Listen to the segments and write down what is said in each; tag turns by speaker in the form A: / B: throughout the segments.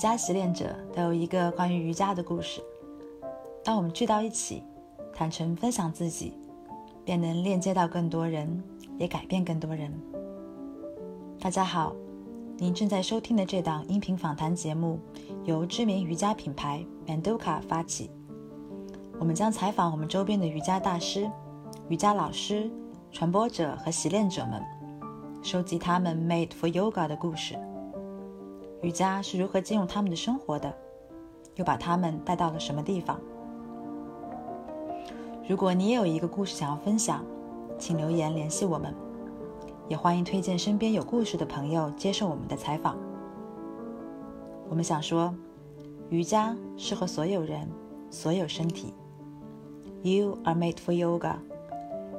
A: 伽习练者都有一个关于瑜伽的故事。当我们聚到一起，坦诚分享自己，便能链接到更多人，也改变更多人。大家好，您正在收听的这档音频访谈节目由知名瑜伽品牌 Manduka 发起。我们将采访我们周边的瑜伽大师、瑜伽老师、传播者和习练者们，收集他们 “Made for Yoga” 的故事。瑜伽是如何进入他们的生活的，又把他们带到了什么地方？如果你也有一个故事想要分享，请留言联系我们，也欢迎推荐身边有故事的朋友接受我们的采访。我们想说，瑜伽适合所有人，所有身体。You are made for yoga.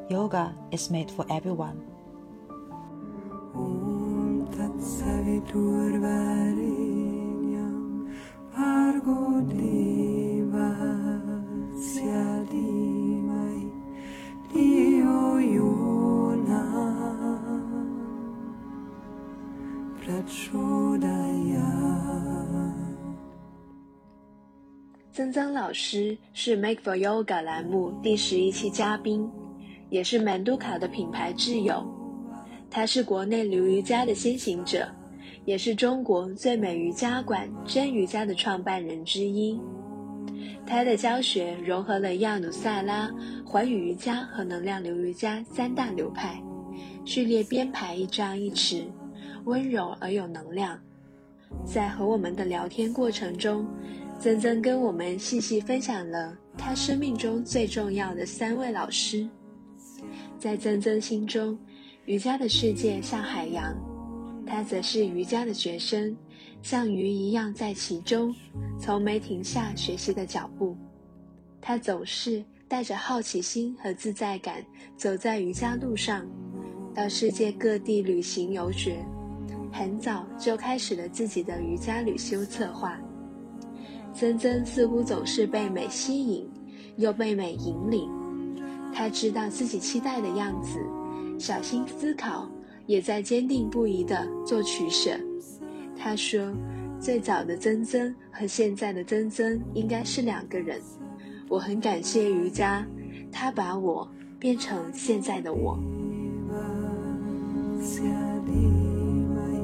A: Yoga is made for everyone.
B: ॐ तत्सवितुर्वरेण्यं भर्गो देवस्य धीमहि धियो यो नः प्रचोदयात्
C: 曾曾老师是 Make for Yoga 栏目第十一期嘉宾，也是满都卡的品牌挚友。他是国内流瑜伽的先行者，也是中国最美瑜伽馆真瑜伽的创办人之一。他的教学融合了亚努萨拉、环宇瑜伽和能量流瑜伽三大流派，序列编排一张一弛，温柔而有能量。在和我们的聊天过程中，曾曾跟我们细细分享了他生命中最重要的三位老师。在曾曾心中，瑜伽的世界像海洋，他则是瑜伽的学生，像鱼一样在其中，从没停下学习的脚步。他总是带着好奇心和自在感走在瑜伽路上，到世界各地旅行游学。很早就开始了自己的瑜伽旅修策划。曾曾似乎总是被美吸引，又被美引领。他知道自己期待的样子，小心思考，也在坚定不移地做取舍。他说，最早的曾曾和现在的曾曾应该是两个人。我很感谢瑜伽，它把我变成现在的我。
B: देवस्य धीमहि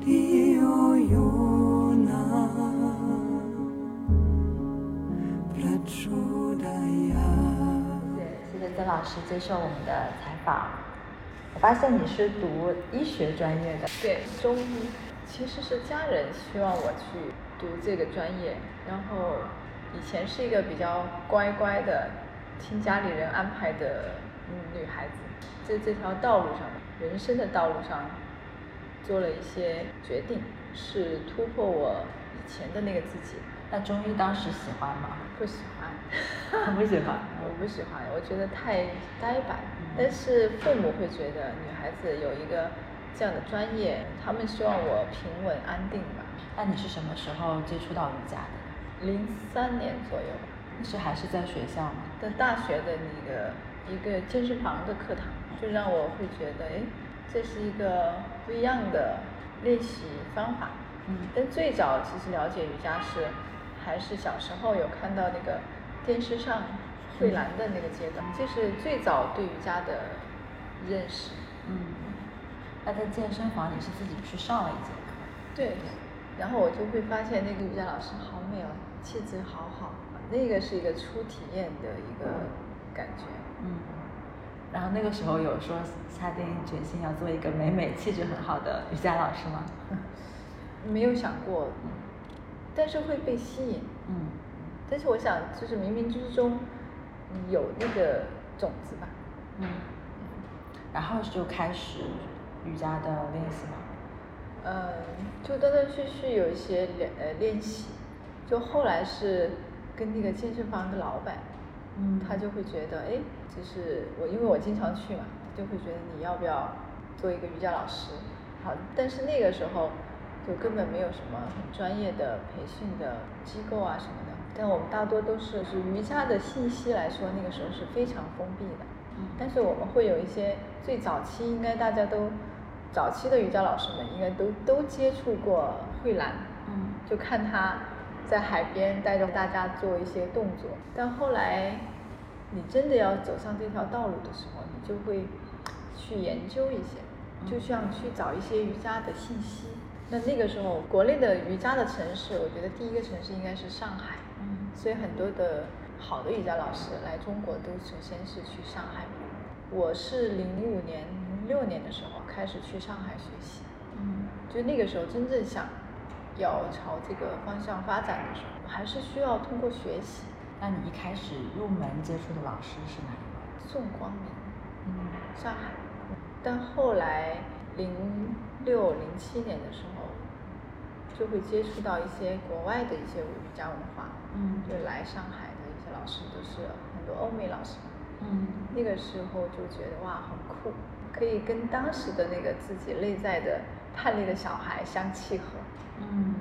B: धियो यो नः प्रचोदयात्
D: 谢谢曾老师接受我们的采访。我发现你是读医学专业的，
E: 对，中医其实是家人希望我去读这个专业，然后以前是一个比较乖乖的，听家里人安排的嗯女孩子，在这条道路上，人生的道路上，做了一些决定，是突破我以前的那个自己，
D: 那中医当时喜欢吗？
E: 不喜欢。
D: 很 不喜欢。 嗯
E: 我不喜欢，我觉得太呆板。但是父母会觉得女孩子有一个这样的专业，他们希望我平稳安定吧。
D: 那你是什么时候接触到瑜伽的？
E: 零三年左右吧，
D: 你是还是在学校吗？
E: 在大学的那个一个健身房的课堂，就让我会觉得，哎，这是一个不一样的练习方法。
D: 嗯
E: 但最早其实了解瑜伽是，还是小时候有看到那个电视上慧兰的那个阶段，这是最早对瑜伽的认识。
D: 嗯。那在健身房你是自己去上了一节课，
E: 对，然后我就会发现那个瑜伽老师好美哦，气质好好，那个是一个初体验的一个感觉。
D: 嗯，然后那个时候有说下定决心要做一个美美气质很好的瑜伽老师吗？ 嗯
E: 没有想过，但是会被吸引。
D: 嗯，
E: 但是我想，就是冥冥之中有那个种子吧。
D: 嗯，然后就开始瑜伽的练习吗？
E: 嗯，就断断续续有一些练呃练习，就后来是跟那个健身房的老板，
D: 嗯
E: 他就会觉得，哎，就是我因为我经常去嘛，就会觉得你要不要做一个瑜伽老师？好，但是那个时候就根本没有什么很专业的培训的机构啊什么的，但我们大多都是是瑜伽的信息来说，那个时候是非常封闭的。但是我们会有一些最早期，应该大家都早期的瑜伽老师们应该都都接触过慧兰，
D: 嗯
E: 就看他在海边带着大家做一些动作。但后来你真的要走上这条道路的时候，你就会去研究一些，就像去找一些瑜伽的信息。那那个时候，国内的瑜伽的城市，我觉得第一个城市应该是上海。
D: 嗯
E: 所以很多的好的瑜伽老师来中国都首先是去上海。我是零五年、零六年的时候开始去上海学习，
D: 嗯
E: 就那个时候真正想要朝这个方向发展的时候，还是需要通过学习。
D: 那你一开始入门接触的老师是哪一位？
E: 宋光明，
D: 嗯
E: 上海，但后来零六零七年的时候，就会接触到一些国外的一些瑜伽文化，
D: 嗯
E: 就来上海的一些老师都是很多欧美老师，
D: 嗯
E: 那个时候就觉得哇，很酷，可以跟当时的那个自己内在的叛逆的小孩相契合，
D: 嗯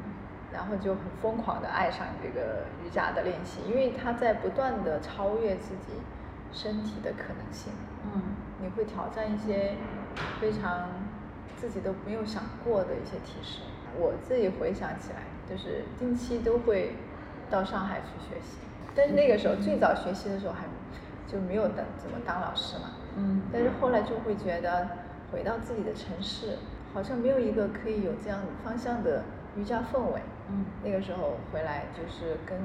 E: 然后就很疯狂的爱上这个瑜伽的练习，因为它在不断的超越自己身体的可能性，
D: 嗯
E: 你会挑战一些非常自己都没有想过的一些提示。我自己回想起来，就是定期都会到上海去学习，但是那个时候最早学习的时候还就没有当怎么当老师嘛，
D: 嗯
E: 但是后来就会觉得回到自己的城市，好像没有一个可以有这样方向的瑜伽氛围。
D: 嗯
E: 那个时候回来就是跟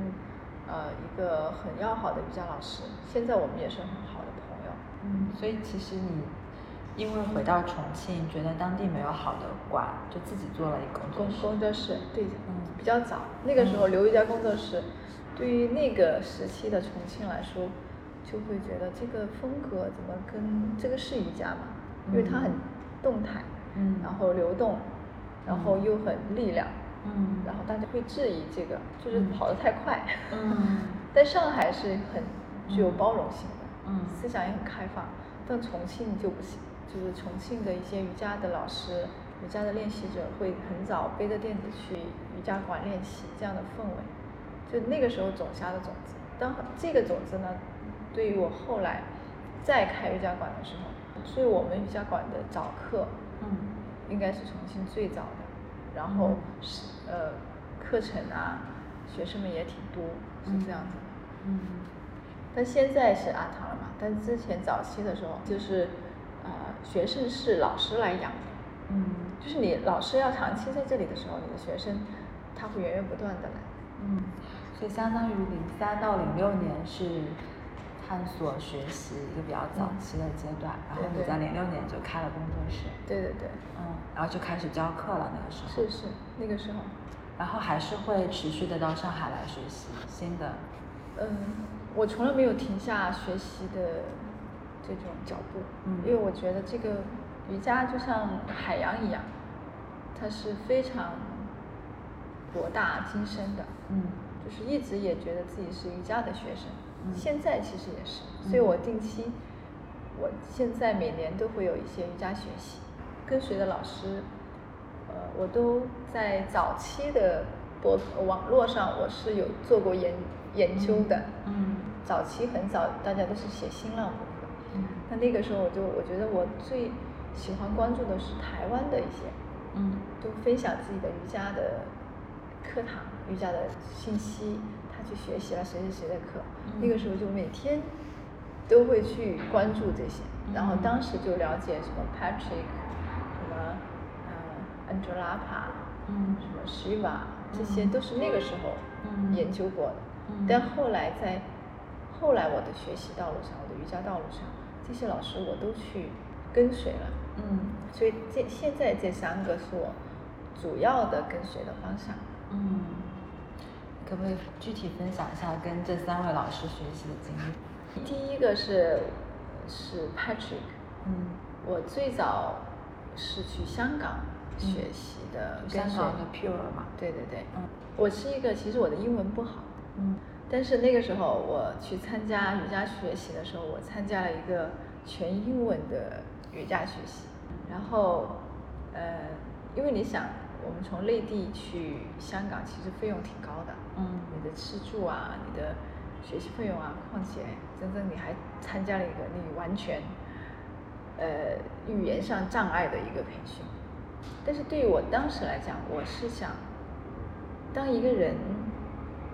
E: 呃一个很要好的瑜伽老师，现在我们也是很好的朋友。
D: 嗯，所以其实你因为回到重庆，觉得当地没有好的馆，就自己做了一个工作
E: 工
D: 室。
E: 工作室，对，
D: 嗯
E: 比较早，那个时候留一家工作室，对于那个时期的重庆来说，就会觉得这个风格怎么跟这个是瑜伽嘛，因为它很动态，
D: 嗯
E: 然后流动，然后又很力量，
D: 嗯
E: 然后大家会质疑这个，就是
D: 嗯
E: 跑得太快，
D: 嗯
E: 但上海是很具有包容性的，
D: 嗯
E: 思想也很开放，但重庆就不行，就是重庆的一些瑜伽的老师、瑜伽的练习者会很早背着垫子去瑜伽馆练习，这样的氛围，就那个时候种下的种子。当这个种子呢，对于我后来再开瑜伽馆的时候，所以我们瑜伽馆的早课，
D: 嗯
E: 应该是重庆最早的，然后是呃课程啊，学生们也挺多，是这样子的。
D: 嗯
E: 但现在是阿堂了嘛？但之前早期的时候，就是呃学生是老师来养的，
D: 嗯
E: 就是你老师要长期在这里的时候，你的学生他会源源不断的来。
D: 嗯，所以相当于零三到零六年是探索学习一个比较早期的阶段，然后你
E: 嗯对对
D: 在零六年就开了工作室，
E: 对对对，
D: 嗯，然后就开始教课了那个时候。
E: 是是那个时候，
D: 然后还是会持续的到上海来学习新的。
E: 嗯，我从来没有停下学习的这种脚步，
D: 嗯
E: 因为我觉得这个瑜伽就像海洋一样，它是非常博大精深的，
D: 嗯
E: 就是一直也觉得自己是瑜伽的学生，
D: 嗯
E: 现在其实也是，
D: 嗯
E: 所以我定期，我现在每年都会有一些瑜伽学习，跟随的老师，呃，我都在早期的博网络上我是有做过研研究的，
D: 嗯
E: 早期很早大家都是写新浪博客，
D: 嗯
E: 那那个时候我就我觉得我最喜欢关注的是台湾的一些，
D: 嗯
E: 都分享自己的瑜伽的课堂、瑜伽的信息，他去学习了谁谁谁的课。
D: 嗯
E: 那个时候就每天都会去关注这些，然
D: 嗯
E: 后当时就了解什么 Patrick，什么呃 Angelapa，
D: 嗯
E: 什么 Shiva，这些都是那个时候
D: 嗯
E: 研究过的。
D: 嗯
E: 但后来在后来我的学习道路上，我的瑜伽道路上，这些老师我都去跟随了。
D: 嗯
E: 所以这现在这三个是我主要的跟随的方向。
D: 嗯，可不可以具体分享一下跟这三位老师学习的经历？
E: 第一个是是 Patrick，
D: 嗯，
E: 我最早是去香港学习的，
D: 嗯
E: 跟
D: 香
E: 随
D: 港的 Pure 嘛，
E: 对对对，
D: 嗯
E: 我是一个其实我的英文不好，
D: 嗯
E: 但是那个时候我去参加瑜伽学习的时候，我参加了一个全英文的瑜伽学习，然后呃，因为你想，我们从内地去香港，其实费用挺高的，
D: 嗯
E: 你的吃住啊，你的学习费用啊，况且真正你还参加了一个你完全呃语言上障碍的一个培训，但是对于我当时来讲，我是想当一个人，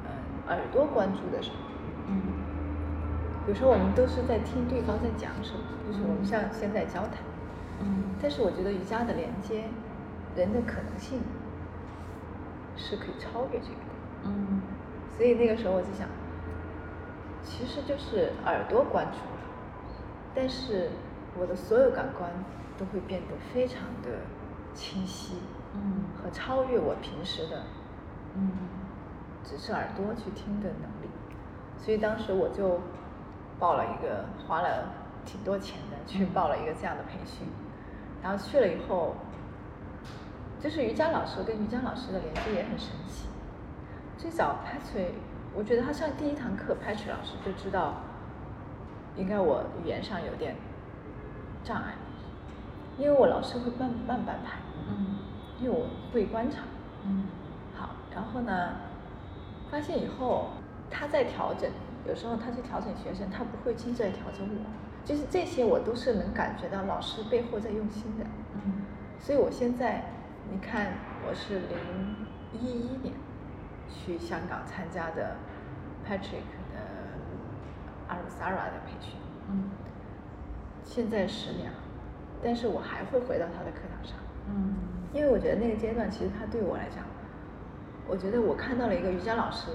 E: 嗯、耳朵关注的时候，
D: 嗯
E: 有时候我们都是在听对方在讲什么，就是我们像现在交谈。
D: 嗯
E: 但是我觉得瑜伽的连接，人的可能性是可以超越这个的。
D: 嗯
E: 所以那个时候我就想，其实就是耳朵关注了，但是我的所有感官都会变得非常的清晰
D: 嗯
E: 和超越我平时的
D: 嗯
E: 只是耳朵去听的能力。所以当时我就报了一个，花了挺多钱的去
D: 嗯
E: 报了一个这样的培训，然后去了以后，就是瑜伽老师跟瑜伽老师的连接也很神奇。最早 Patrick，我觉得他上第一堂课，Patrick 老师就知道，应该我语言上有点障碍，因为我老是会慢慢半拍，
D: 嗯
E: 因为我会观察，
D: 嗯
E: 好，然后呢，发现以后他在调整，有时候他去调整学生，他不会亲自来调整我，就是这些我都是能感觉到老师背后在用心的。
D: 嗯
E: 所以我现在，你看我是零一一年去香港参加的 Patrick 的阿鲁萨拉的培训，
D: 嗯
E: 现在十年了，但是我还会回到他的课堂上。
D: 嗯
E: 因为我觉得那个阶段，其实他对我来讲，我觉得我看到了一个瑜伽老师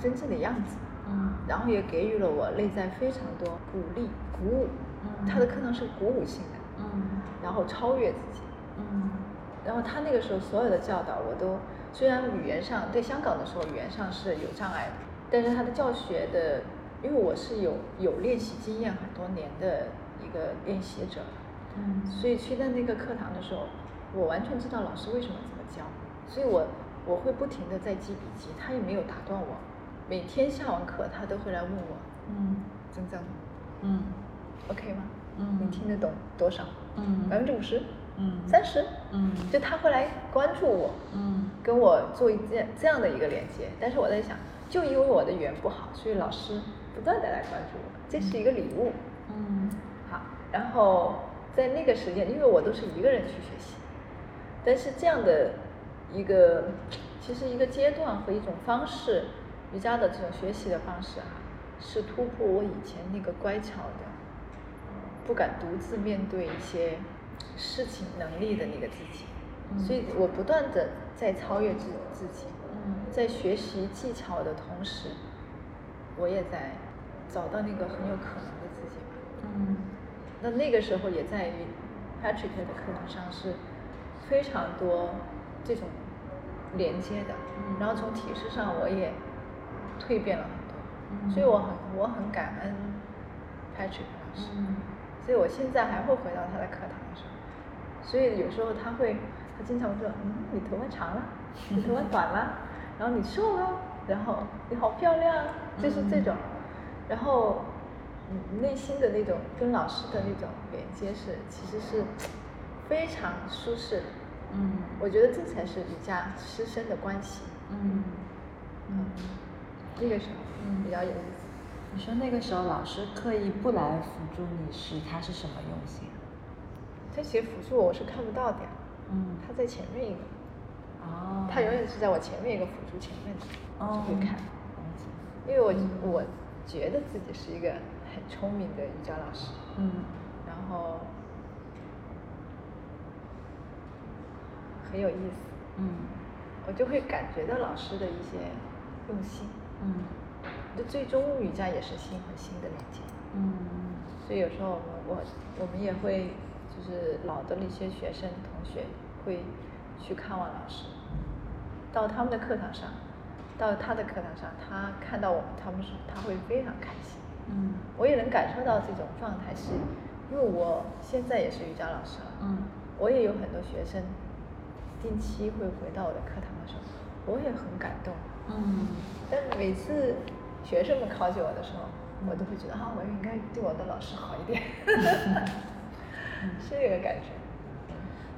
E: 真正的样子，
D: 嗯
E: 然后也给予了我内在非常多鼓励、鼓舞。
D: 嗯
E: 他的课堂是鼓舞性的，
D: 嗯
E: 然后超越自己。
D: 嗯
E: 然后他那个时候所有的教导，我都虽然语言上对香港的时候语言上是有障碍的，但是他的教学的，因为我是有有练习经验很多年的一个练习者，
D: 嗯
E: 所以去到那个课堂的时候，我完全知道老师为什么这么教，所以我我会不停的在记笔记，他也没有打断我。每天下完课，他都会来问我，
D: 嗯
E: 曾曾
D: 嗯
E: ，OK 吗？
D: 嗯
E: 你听得懂多少？
D: 嗯
E: 百分之五十？
D: 嗯
E: 三十？
D: 嗯
E: 就他会来关注我，
D: 嗯
E: 跟我做一件这样的一个连接。但是我在想，就因为我的语言不好，所以老师不断的来关注我，这是一个礼物。
D: 嗯
E: 好，然后在那个时间，因为我都是一个人去学习，但是这样的一个其实一个阶段和一种方式，瑜伽的这种学习的方式啊，是突破我以前那个乖巧的、不敢独自面对一些事情能力的那个自己，
D: 嗯
E: 所以我不断的在超越自自己，
D: 嗯
E: 在学习技巧的同时，我也在找到那个很有可能的自己吧。
D: 嗯
E: 那那个时候也在于 Patrick 的课堂上是非常多这种连接的，
D: 嗯
E: 然后从体式上我也蜕变了很多，
D: 嗯
E: 所以我很我很感恩 Patrick 老师，
D: 嗯
E: 所以我现在还会回到他的课堂上，所以有时候他会他经常会说，嗯，你头发长了，你头发短了，然后你瘦了，然后你好漂亮，就是这种。然后嗯内心的那种跟老师的那种连接是，其实是非常舒适的。
D: 嗯
E: 我觉得这才是瑜伽师生的关系。
D: 嗯
E: 嗯，那个时候
D: 嗯
E: 比较有意思。
D: 你说那个时候老师刻意不来辅助你是他是什么用心？
E: 他其实辅助我我是看不到的呀，
D: 嗯
E: 他在前面一个，
D: 哦，
E: 他永远是在我前面一个辅助前面的，
D: 哦
E: 就会看。
D: 了解
E: 因为我我觉得自己是一个很聪明的瑜伽老师，
D: 嗯
E: 然后很有意思。
D: 嗯
E: 我就会感觉到老师的一些用心。
D: 嗯
E: 就最终瑜伽也是心和心的连接，
D: 嗯
E: 所以有时候我们我我们也会就是老的那些学生同学会去看望老师，到他们的课堂上，到他的课堂上，他看到我们，他们是他会非常开心。
D: 嗯
E: 我也能感受到这种状态是，因为我现在也是瑜伽老师了，啊
D: 嗯
E: 我也有很多学生定期会回到我的课堂的时候，我也很感动。
D: 嗯
E: 但每次学生们考起我的时候，我都会觉得啊，我应该对我的老师好一点，
D: 嗯
E: 是这个感觉。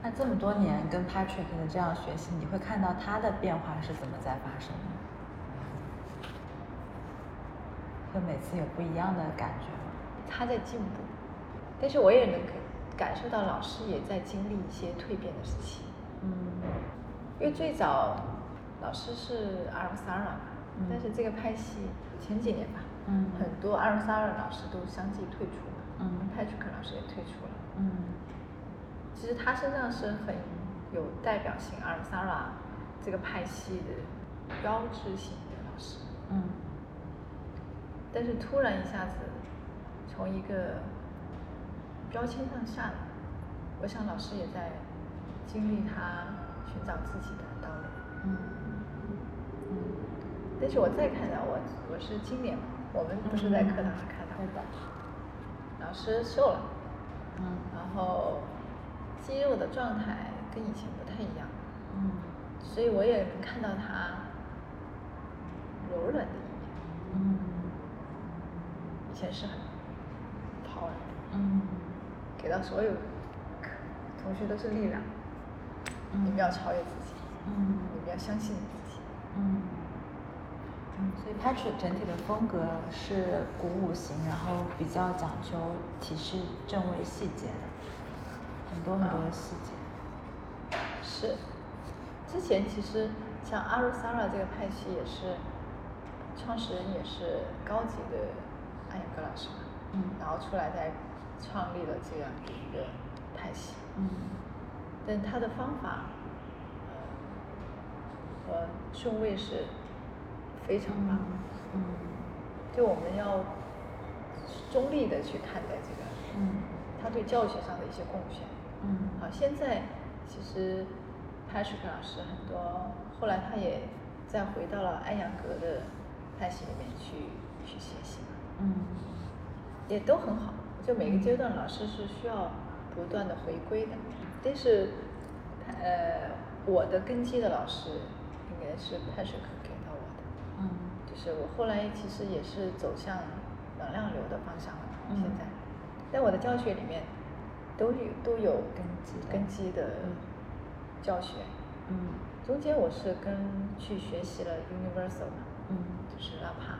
D: 那这么多年跟 Patrick 的这样学习，你会看到他的变化是怎么在发生的？就每次有不一样的感觉吗？
E: 他在进步，但是我也能感受到老师也在经历一些蜕变的时期。
D: 嗯
E: 因为最早老师是阿荣萨尔嘛
D: 嗯，
E: 但是这个派系前几年吧，
D: 嗯
E: 很多阿荣萨尔老师都相继退出了，
D: 嗯
E: 派楚克老师也退出了。
D: 嗯
E: 其实他身上是很有代表性阿尔萨拉这个派系的标志性的老师，
D: 嗯
E: 但是突然一下子从一个标签上下来，我想老师也在经历他寻找自己的道路。
D: 嗯
E: 但是我再看到我我是今年嘛，我们不是
D: 嗯
E: 在课堂上看到的，老师瘦了，
D: 嗯
E: 然后肌肉的状态跟以前不太一样。
D: 嗯
E: 所以我也能看到他柔软的一面。
D: 嗯
E: 以前是很 power，的
D: 嗯
E: 给到所有同学都是力量。你们要超越自己，
D: 嗯
E: 你们要相信自己。
D: 嗯，嗯，所以 Patrick 整体的风格是鼓舞型，然后比较讲究体示正位细节的，很多很多的细节。
E: 是，之前其实像阿鲁萨拉这个派系也是，创始人也是高级的艾雅格老师嘛，
D: 嗯
E: 然后出来再创立了这样的一个派系。
D: 嗯
E: 但他的方法，呃，和顺位是非常棒的。
D: 嗯
E: 就我们要中立的去看待这个，
D: 嗯
E: 他对教学上的一些贡献。
D: 嗯
E: 好，现在其实 Patrick 老师很多，后来他也再回到了安阳阁的派系里面去去学习嘛。
D: 嗯
E: 也都很好。就每个阶段老师是需要不断的回归的，但是，呃，我的根基的老师应该是 Patrick 给到我的，
D: 嗯
E: 就是我后来其实也是走向能量流的方向了。
D: 嗯
E: 现在，在我的教学里面都有都有
D: 根基的
E: 根基的
D: 嗯
E: 教学，
D: 嗯
E: 中间我是跟去学习了 Universal 嘛，
D: 嗯
E: 就是拉帕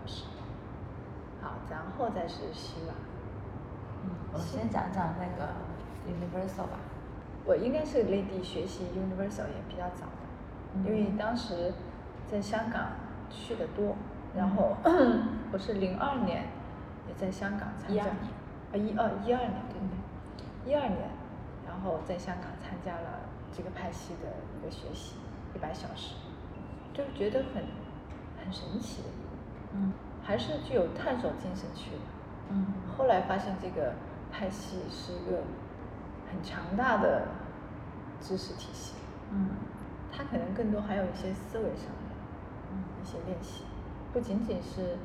E: 老师，好，然后再是希瓦。
D: 嗯，我先讲讲那个 Universal 吧。
E: 我应该是内地学习 Universal 也比较早的，
D: 嗯
E: 因为当时在香港去的多，
D: 嗯
E: 然后、 我是零二年也在香港参加，啊一二一二年对对，一二年，然后在香港参加了这个派系的一个学习一百小时，就觉得很很神奇的，
D: 嗯
E: 还是具有探索精神去的。
D: 嗯
E: 后来发现这个派系是一个很强大的知识体系，
D: 嗯
E: 它可能更多还有一些思维上的一些练习，不仅仅是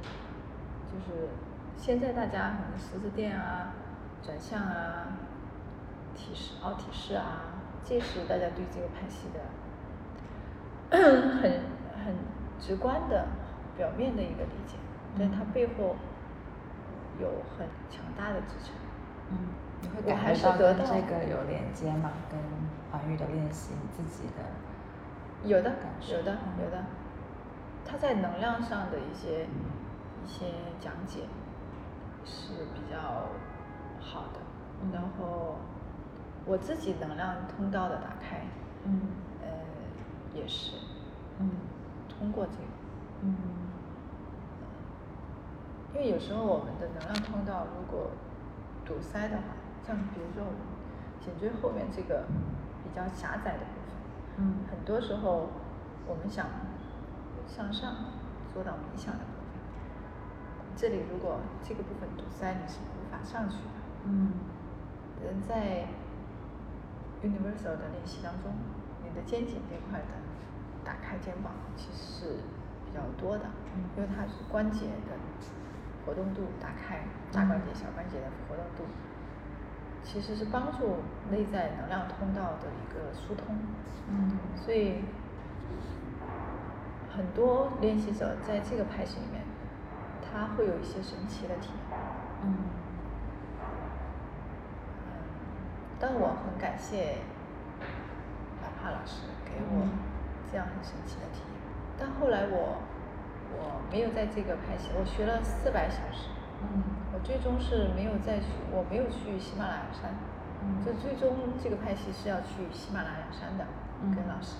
E: 就是现在大家可能十字垫啊、转向啊、体式奥体式啊，这是大家对这个派系的很很直观的表面的一个理解，但它
D: 嗯
E: 背后有很强大的支撑。
D: 嗯，你会
E: 我
D: 感
E: 还
D: 觉
E: 是
D: 到
E: 得
D: 跟
E: 到
D: 这个有连接吗？跟环宇的练习，你自己的
E: 有的
D: 感，受
E: 有的，
D: 嗯
E: 有的。他在能量上的一些一些讲解是比较好的，
D: 嗯
E: 然后我自己能量通道的打开，
D: 嗯
E: 呃，也是
D: 嗯
E: 通过这个，
D: 嗯
E: 呃因为有时候我们的能量通道如果堵塞的话，像比如说我们颈椎后面这个比较狭窄的部分，
D: 嗯
E: 很多时候我们想向上做到冥想的部分，这里如果这个部分堵塞，你是无法上去的。
D: 嗯
E: 人在 universal 的练习当中，你的肩颈这块的打开肩膀其实是比较多的，
D: 嗯
E: 因为它是关节的活动度打开，大关节、小关节的活动度，其实是帮助内在能量通道的一个疏通。
D: 嗯
E: 所以很多练习者在这个派系里面，他会有一些神奇的体验。
D: 嗯
E: 但我很感谢拉帕老师给我
D: 嗯
E: 这样很神奇的体验。但后来我我没有在这个派系，我学了四百小时，
D: 嗯
E: 我最终是没有再去，我没有去喜马拉雅山，
D: 嗯
E: 就最终这个派系是要去喜马拉雅山的，
D: 嗯
E: 跟老师。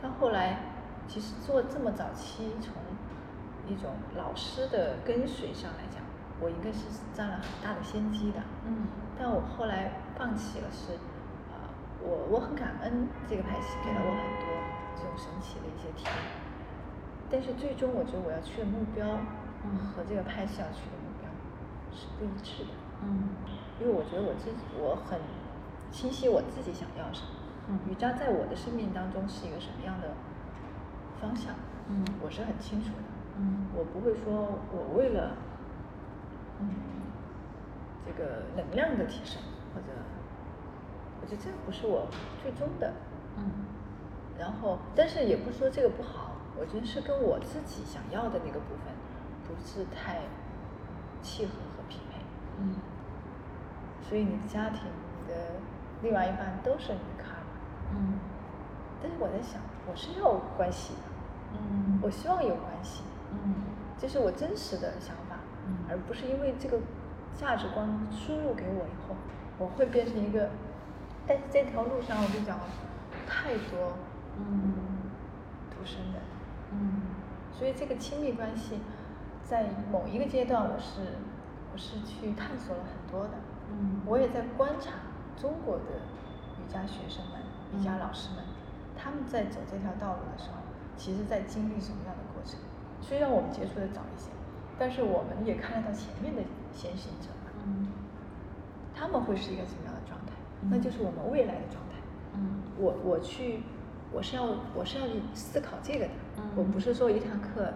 E: 但后来其实做这么早期，从一种老师的跟随上来讲，我应该是占了很大的先机的。
D: 嗯
E: 但我后来放弃了是，啊、我我很感恩这个派系给了我很多这种神奇的一些体验，但是最终我觉得我要去的目标
D: 嗯
E: 和这个派系要去的目标是不一致的，
D: 嗯
E: 因为我觉得我自己我很清晰我自己想要什么，
D: 嗯
E: 瑜伽在我的生命当中是一个什么样的方向，
D: 嗯
E: 我是很清楚的，
D: 嗯
E: 我不会说我为了嗯这个能量的提升，或者我觉得这不是我最终的。
D: 嗯
E: 然后，但是也不是说这个不好，我觉得是跟我自己想要的那个部分不是太契合和匹配。
D: 嗯
E: 所以你的家庭、你的另外一半都是你的 karma。
D: 嗯
E: 但是我在想，我是要关系的，
D: 嗯
E: 我希望有关系。
D: 嗯
E: 这是我真实的想法，
D: 嗯
E: 而不是因为这个价值观输入给我以后，我会变成一个。但是这条路上，我跟你讲，太多
D: 嗯
E: 独生的，
D: 嗯
E: 所以这个亲密关系，在某一个阶段，我是我是去探索了很多的，
D: 嗯
E: 我也在观察中国的瑜伽学生们、瑜伽
D: 嗯
E: 老师们，他们在走这条道路的时候，其实在经历什么样的过程。虽然我们接触的早一些，但是我们也看得到前面的先行者嘛，
D: 嗯
E: 他们会是一个什么样的状态，
D: 嗯
E: 那就是我们未来的状态。
D: 嗯
E: 我我去，我是要我是要去思考这个的，
D: 嗯
E: 我不是说一堂课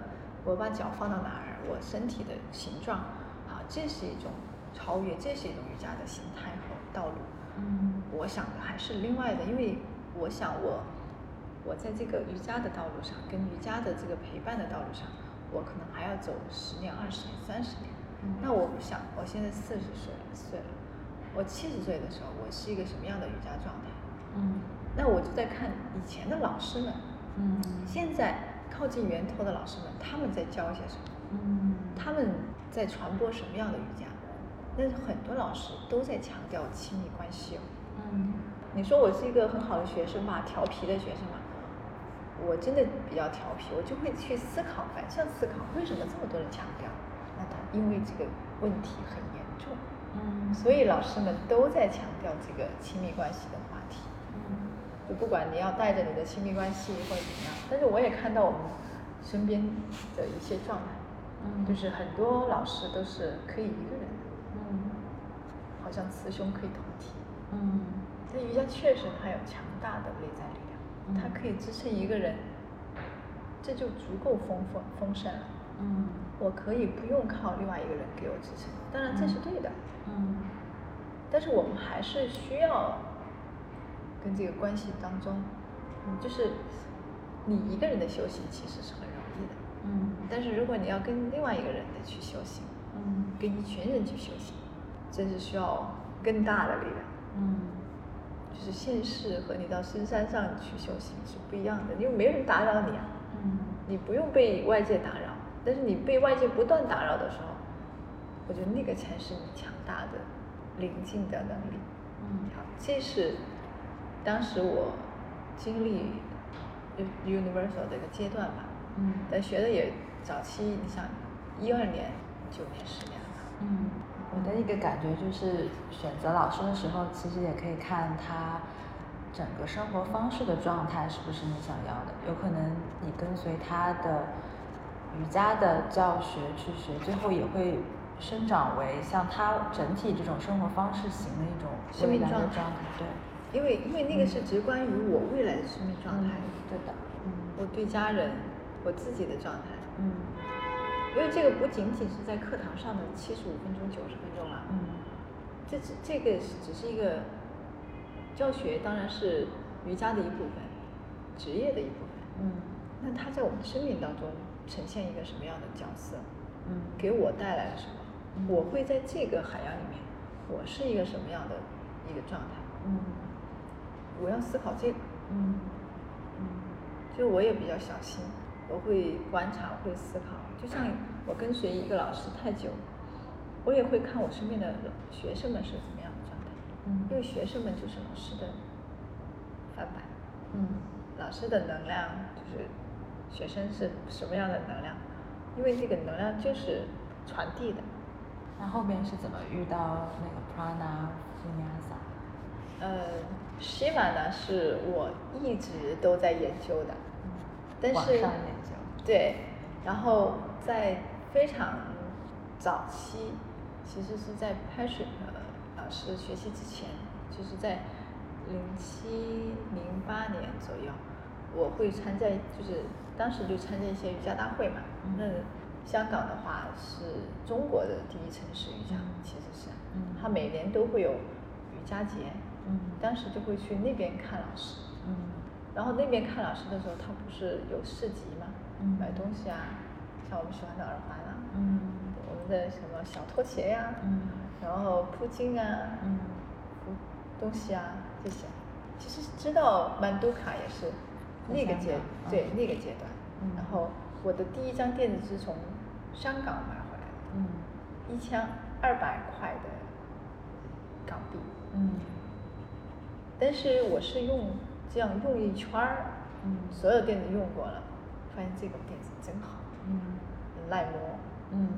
E: 我把脚放到哪儿，我身体的形状，啊，这是一种超越，这是一种瑜伽的形态和道路。
D: 嗯
E: 我想的还是另外的，因为我想我我在这个瑜伽的道路上，跟瑜伽的这个陪伴的道路上，我可能还要走十年、二十年、三十年。
D: 嗯
E: 那我不想，我现在四十岁岁了，我七十岁的时候，我是一个什么样的瑜伽状态？
D: 嗯
E: 那我就在看以前的老师们，
D: 嗯
E: 现在靠近源头的老师们，他们在教一些什么？
D: 嗯
E: 他们在传播什么样的瑜伽？但是很多老师都在强调亲密关系哦。
D: 嗯
E: 你说我是一个很好的学生吧，调皮的学生吧，我真的比较调皮，我就会去思考，反向思考，为什么这么多人强调？那他因为这个问题很严重，
D: 嗯
E: 所以老师们都在强调这个亲密关系的话题。
D: 嗯
E: 就不管你要带着你的亲密关系或者怎么样，但是我也看到我们身边的一些状态，
D: 嗯
E: 就是很多老师都是可以一个人，
D: 嗯
E: 好像雌雄可以同体，
D: 嗯
E: 但瑜伽确实它有强大的内在力
D: 嗯
E: 量，它可以支撑一个人，这就足够丰富丰盛了。
D: 嗯
E: 我可以不用靠另外一个人给我支撑，当然这是对的，
D: 嗯
E: 但是我们还是需要跟这个关系当中，嗯，就是你一个人的修行其实是很容易的，
D: 嗯
E: 但是如果你要跟另外一个人的去修行，
D: 嗯
E: 跟一群人去修行，这是需要更大的力量。
D: 嗯
E: 就是现世和你到深山上去修行是不一样的，因为没人打扰你啊，
D: 嗯
E: 你不用被外界打扰，但是你被外界不断打扰的时候，我觉得那个才是你强大的临近的能力。
D: 嗯
E: 这是当时我经历 u- Universal 的一个阶段吧。
D: 嗯
E: 但学的也早期，你想一二年、九年、十年了吧。
D: 嗯，我的一个感觉就是，选择老师的时候，其实也可以看他整个生活方式的状态是不是你想要的。有可能你跟随他的瑜伽的教学去学，最后也会生长为像他整体这种生活方式型的一种
E: 生
D: 未
E: 命
D: 来的
E: 状态
D: 状态。对，
E: 因为因为那个是直观于我未来的生命状态，
D: 嗯对的，嗯
E: 我对家人、我自己的状态。
D: 嗯
E: 因为这个不仅仅是在课堂上的七十五分钟、九十分钟了，
D: 嗯
E: 这只这个是只是一个教学，当然是瑜伽的一部分，职业的一部分。
D: 嗯
E: 那它在我们生命当中呈现一个什么样的角色？
D: 嗯
E: 给我带来了什么？
D: 嗯
E: 我会在这个海洋里面，我是一个什么样的一个状态？
D: 嗯
E: 我要思考这个，
D: 嗯
E: 就我也比较小心，我会观察，会思考。就像我跟随一个老师太久，我也会看我身边的老学生们是怎么样的状态。
D: 嗯
E: 因为学生们就是老师的翻版，
D: 嗯
E: 老师的能量就是学生是什么样的能量，因为那个能量就是传递的。
D: 那后面是怎么遇到那个 prana vinyasa？
E: 呃，Shiva 呢是我一直都在研究的，但
D: 网
E: 是
D: 上研究
E: 对，然后在非常早期，其实是在 Patrick 呃老师学习之前，就是在零七零八年左右，我会参加，就是当时就参加一些瑜伽大会嘛。
D: 嗯
E: 那香港的话是中国的第一城市瑜伽，其实是，
D: 嗯
E: 它每年都会有瑜伽节，
D: 嗯
E: 当时就会去那边看老师，
D: 嗯
E: 然后那边看老师的时候，他不是有市集嘛，
D: 嗯
E: 买东西啊，像我们喜欢的耳环啊，
D: 嗯
E: 我们的什么小拖鞋呀、
D: 嗯
E: 然后铺巾啊，
D: 嗯
E: 嗯，东西啊这些，其实知道曼都卡也是那个阶
D: 香港
E: 对、
D: 嗯
E: 那个阶段、
D: 嗯
E: 然后我的第一张垫子是从香港买回来的，
D: 嗯
E: 一千二百块的港币，
D: 嗯
E: 但是我是用这样用一圈儿，
D: 嗯
E: 所有垫子用过了，发现这个垫子真好，
D: 嗯
E: 很耐磨，
D: 嗯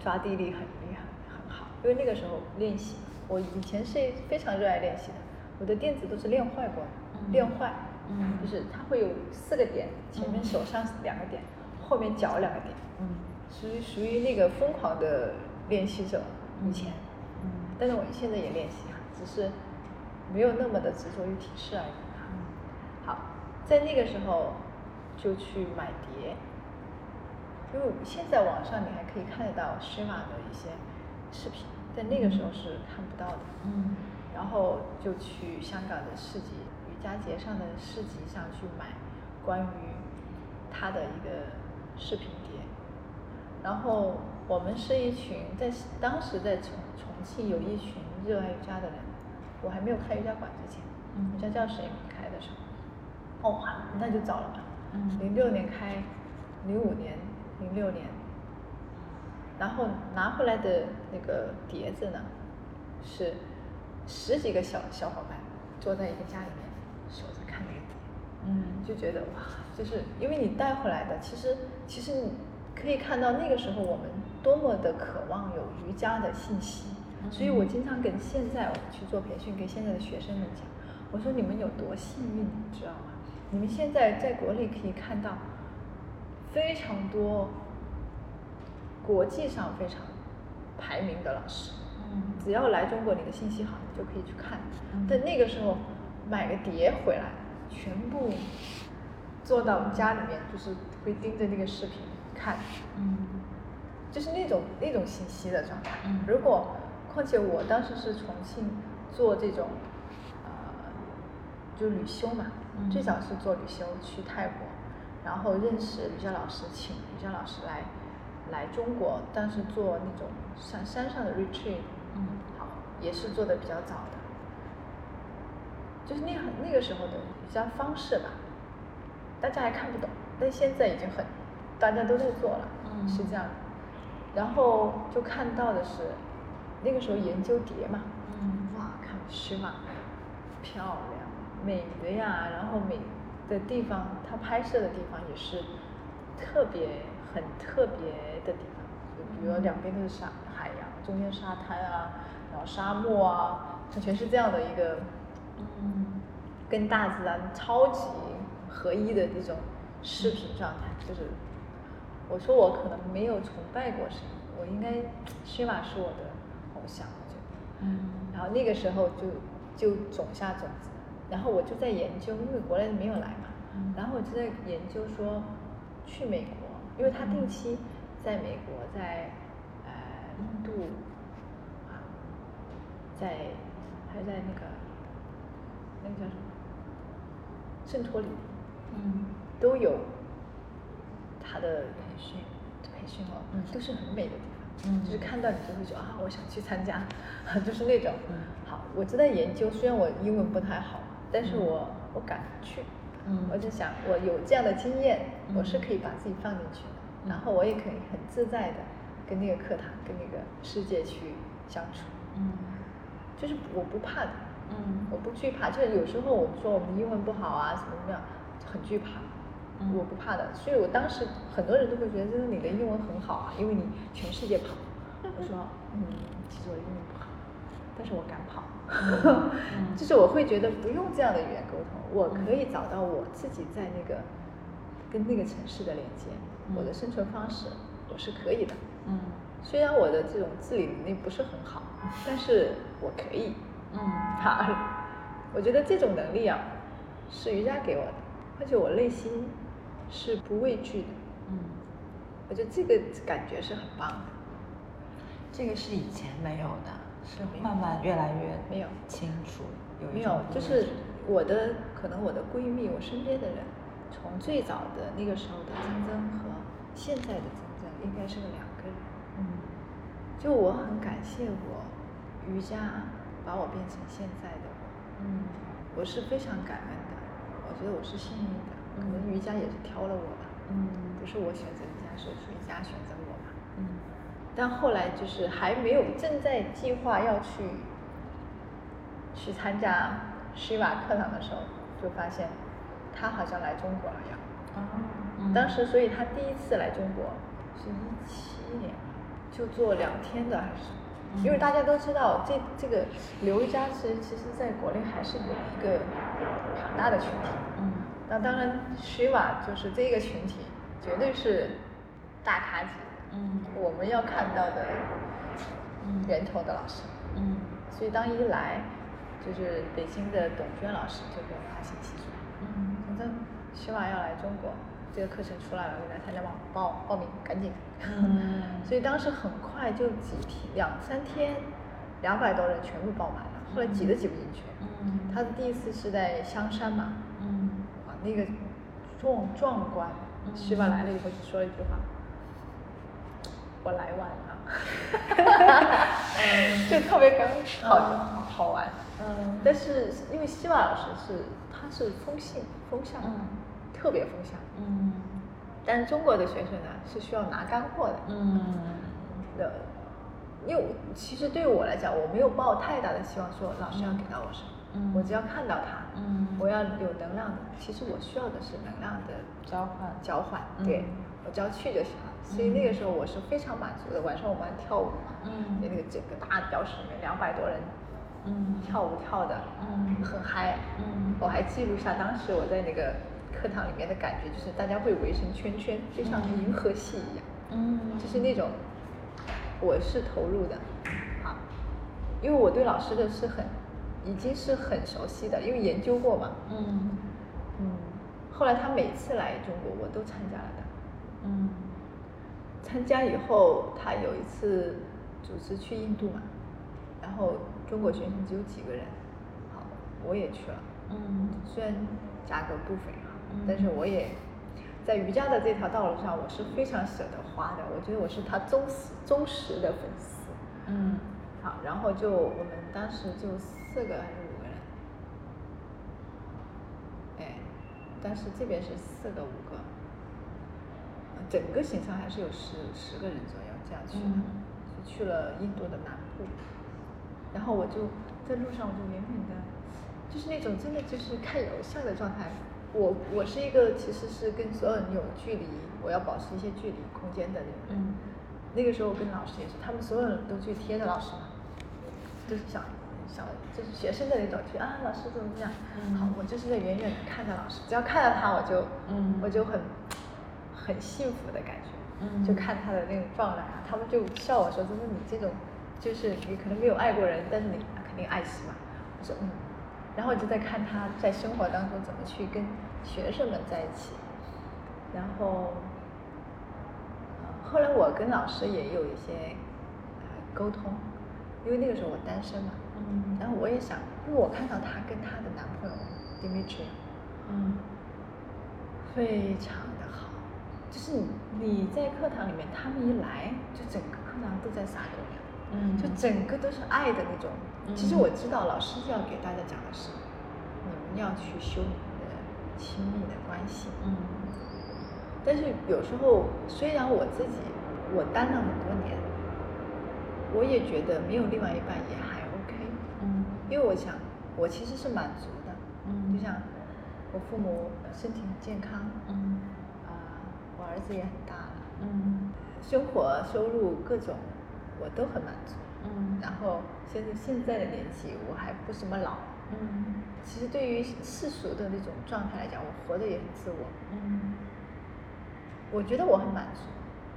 E: 抓地力很厉害，很好。因为那个时候练习，我以前是非常热爱练习的，我的垫子都是练坏过的，
D: 嗯
E: 练坏，
D: 嗯
E: 就是它会有四个点，前面
D: 嗯
E: 手上两个点，后面脚两个点，
D: 嗯
E: 属于属于那个疯狂的练习者以前，
D: 嗯
E: 但是我现在也练习啊，只是没有那么的执着于体式而已
D: 嗯
E: 啊。好，在那个时候就去买碟，因为现在网上你还可以看得到 Shiva 的一些视频，但那个时候是看不到的。
D: 嗯
E: 然后就去香港的市集瑜伽节上的市集上去买关于他的一个视频碟。然后我们是一群在当时在重重庆有一群热爱瑜伽的人，我还没有开瑜伽馆之前，
D: 嗯
E: 瑜伽教室也没开的时候，哦，那就早了吧，
D: 嗯
E: 零六年开，零五年，零六年，
D: 嗯
E: 然后拿回来的那个碟子呢，是十几个小小伙伴坐在一个家里面，守着看那个碟，
D: 嗯
E: 就觉得哇，就是因为你带回来的，其实其实你可以看到那个时候我们多么的渴望有瑜伽的信息，所以我经常跟现在我去做培训，跟现在的学生们讲，我说你们有多幸运，你知道吗？你们现在在国内可以看到非常多国际上非常排名的老师，
D: 嗯
E: 只要来中国，你的信息好，你就可以去看
D: 嗯。
E: 但那个时候买个碟回来，全部坐到家里面，就是会盯着那个视频看，
D: 嗯
E: 就是那种那种信息的状态。
D: 嗯
E: 如果况且我当时是重庆做这种，呃，就旅修嘛，
D: 嗯
E: 最早是做旅修去泰国，然后认识瑜伽老师，请瑜伽老师来来中国，当时做那种山山上的 retreat，
D: 嗯
E: 好，也是做的比较早的，就是那很那个时候的瑜伽方式吧，大家还看不懂，但现在已经很大家都在做了，
D: 嗯
E: 是这样的。然后就看到的是，那个时候研究碟嘛，
D: 嗯
E: 哇，看石马漂亮，美的呀，然后美的地方，它拍摄的地方也是特别很特别的地方，就比如两边都是沙海洋，中间沙滩啊，然后沙漠啊，它全是这样的一个
D: 嗯
E: 跟大自然超级合一的那种视频状态，就是我说我可能没有崇拜过谁，我应该施瓦是我的偶像，我觉得。
D: 嗯
E: 然后那个时候就就种下种子，然后我就在研究，因为国内没有来嘛，
D: 嗯
E: 然后我就在研究说去美国，因为他
D: 嗯
E: 定期在美国，在呃印度啊，在还在那个那个叫什么圣托里
D: 嗯
E: 都有他的培训培训哦，
D: 嗯
E: 都是很美的地方。
D: 嗯
E: 就是看到你就会觉得啊，我想去参加， 就是那种。
D: 嗯
E: 好，我正在研究，虽然我英文不太好，但是
D: 嗯
E: 我、我敢去。
D: 嗯
E: 我就想我有这样的经验，
D: 嗯
E: 我是可以把自己放进去的，
D: 嗯
E: 然后我也可以很自在的跟那个课堂、跟那个世界去相处，
D: 嗯
E: 就是我不怕的。
D: 嗯
E: 我不惧怕，就是有时候我们说我们英文不好啊，什么什么样，很惧怕。
D: 嗯
E: 我不怕的。所以我当时很多人都会觉得，就是你的英文很好啊，因为你全世界跑。我说， 嗯，其实我的英文不好，但是我敢跑。
D: 嗯
E: 就是我会觉得不用这样的语言沟通，我可以找到我自己在那个跟那个城市的连接，
D: 嗯
E: 我的生存方式我是可以的。
D: 嗯
E: 虽然我的这种自理能力不是很 好，但是我可以。
D: 嗯
E: 哈，我觉得这种能力啊，是瑜伽给我的，而且我内心是不畏惧的。
D: 嗯，
E: 我觉得这个感觉是很棒的。
D: 这个是以前没有的，是慢慢越来越
E: 没有
D: 清楚，有一
E: 没有
D: 种，不
E: 就
D: 畏
E: 是
D: 惧
E: 我的可能我的闺蜜，我身边的人，从最早的那个时候的曾曾和现在的曾曾应该是个两个人。
D: 嗯
E: 就我很感谢我瑜伽把我变成现在的我。
D: 嗯
E: 我是非常感恩的，我觉得我是幸运的，可能瑜伽也是挑了我吧，
D: 嗯
E: 不是我选择瑜伽，是瑜伽选择我吧。
D: 嗯
E: 但后来就是还没有正在计划要去去参加施瓦课堂的时候，就发现他好像来中国了呀。
D: 嗯
E: 当时，所以他第一次来中国是一七年，就做两天的，还是
D: 嗯
E: 因为大家都知道这这个刘瑜伽其实其实在国内还是有一个庞大的群体。
D: 嗯
E: 那当然，Shiva 就是这个群体绝对是大咖级，
D: 嗯
E: 我们要看到的
D: 嗯
E: 源头的老师。
D: 嗯
E: 所以当一来，就是北京的董娟老师就给我发信息说，
D: 嗯
E: 反正希望要来中国，这个课程出来了，你来参加吧，报报名，赶紧。
D: 嗯
E: 所以当时很快就几天，两三天，两百多人全部报满了，后来挤都挤不进去。
D: 嗯
E: 他的第一次是在香山嘛，
D: 嗯
E: 啊，那个壮壮观，徐婉来了以后就说了一句话：“我来晚 了。”就特别感好、好玩。
D: 嗯
E: 但是因为西瓦老师是他是风信风向，
D: 嗯
E: 特别风向，
D: 嗯
E: 但是中国的学生呢是需要拿干货的。
D: 嗯
E: 的，因为我其实对我来讲，我没有抱太大的希望说老师要给到我什么，
D: 嗯
E: 我只要看到他，
D: 嗯
E: 我要有能量的。其实我需要的是能量的
D: 交换
E: 交换，
D: 嗯
E: 对、我只要去就行了。所以那个时候我是非常满足的。晚上我们还跳舞嘛，
D: 嗯
E: 就那个整个大教室里面两百多人
D: 嗯
E: 跳舞跳的，
D: 嗯
E: 很嗨，
D: 嗯
E: 我还记录下当时我在那个课堂里面的感觉，就是大家会围成圈圈，就像银河系一样。
D: 嗯
E: 就是那种我是投入的，啊，因为我对老师的是很已经是很熟悉的，因为研究过嘛。
D: 嗯
E: 嗯，后来他每次来中国，我都参加了的。
D: 嗯
E: 参加以后，他有一次组织去印度嘛，然后中国学生只有几个人，好，我也去了。
D: 嗯
E: 虽然价格不菲啊，
D: 嗯
E: 但是我也在瑜伽的这条道路上，我是非常舍得花的。我觉得我是他忠实忠实的粉丝。
D: 嗯
E: 好，然后就我们当时就四个还是五个人，哎，当时这边是四个五个，呃整个行程还是有十十个人左右这样去的，
D: 嗯
E: 就去了印度的南部，然后我就在路上我就远远的，就是那种真的就是看偶像的状态。我我是一个其实是跟所有人有距离，我要保持一些距离空间的那种人。
D: 嗯
E: 那个时候跟老师也是，他们所有人都去贴着老师嘛，就是想想就是学生的那种去啊，老师怎么怎么样。
D: 嗯
E: 好，我就是在远远的看着老师，只要看到他我就
D: 嗯
E: 我就很很幸福的感觉，
D: 嗯
E: 就看他的那种状态啊，他们就笑我说，就是你这种就是你可能没有爱过人，但是你肯定爱惜嘛。我说嗯，然后我就在看他在生活当中怎么去跟学生们在一起，然后。呃后来我跟老师也有一些呃沟通，因为那个时候我单身嘛，
D: 嗯
E: 然后我也想，因为我看到她跟她的男朋友 Dimitri
D: 嗯
E: 非常的好，就是你你在课堂里面，他们一来就整个课堂都在撒狗粮，
D: 嗯
E: 就整个都是爱的那种。其实
D: 嗯
E: 我知道老师要给大家讲的是，你们要去修你们的亲密的关系，
D: 嗯
E: 但是有时候，虽然我自己我担了很多年，我也觉得没有另外一半也还 OK，
D: 嗯
E: 因为我想我其实是满足的，
D: 嗯
E: 就像我父母身体很健康，
D: 嗯
E: 啊儿子也很大了，
D: 嗯
E: 生活、收入各种我都很满足。
D: 嗯
E: 然后现在现在的年纪，我还不什么老。
D: 嗯
E: 其实对于世俗的那种状态来讲，我活得也很自我。
D: 嗯
E: 我觉得我很满足，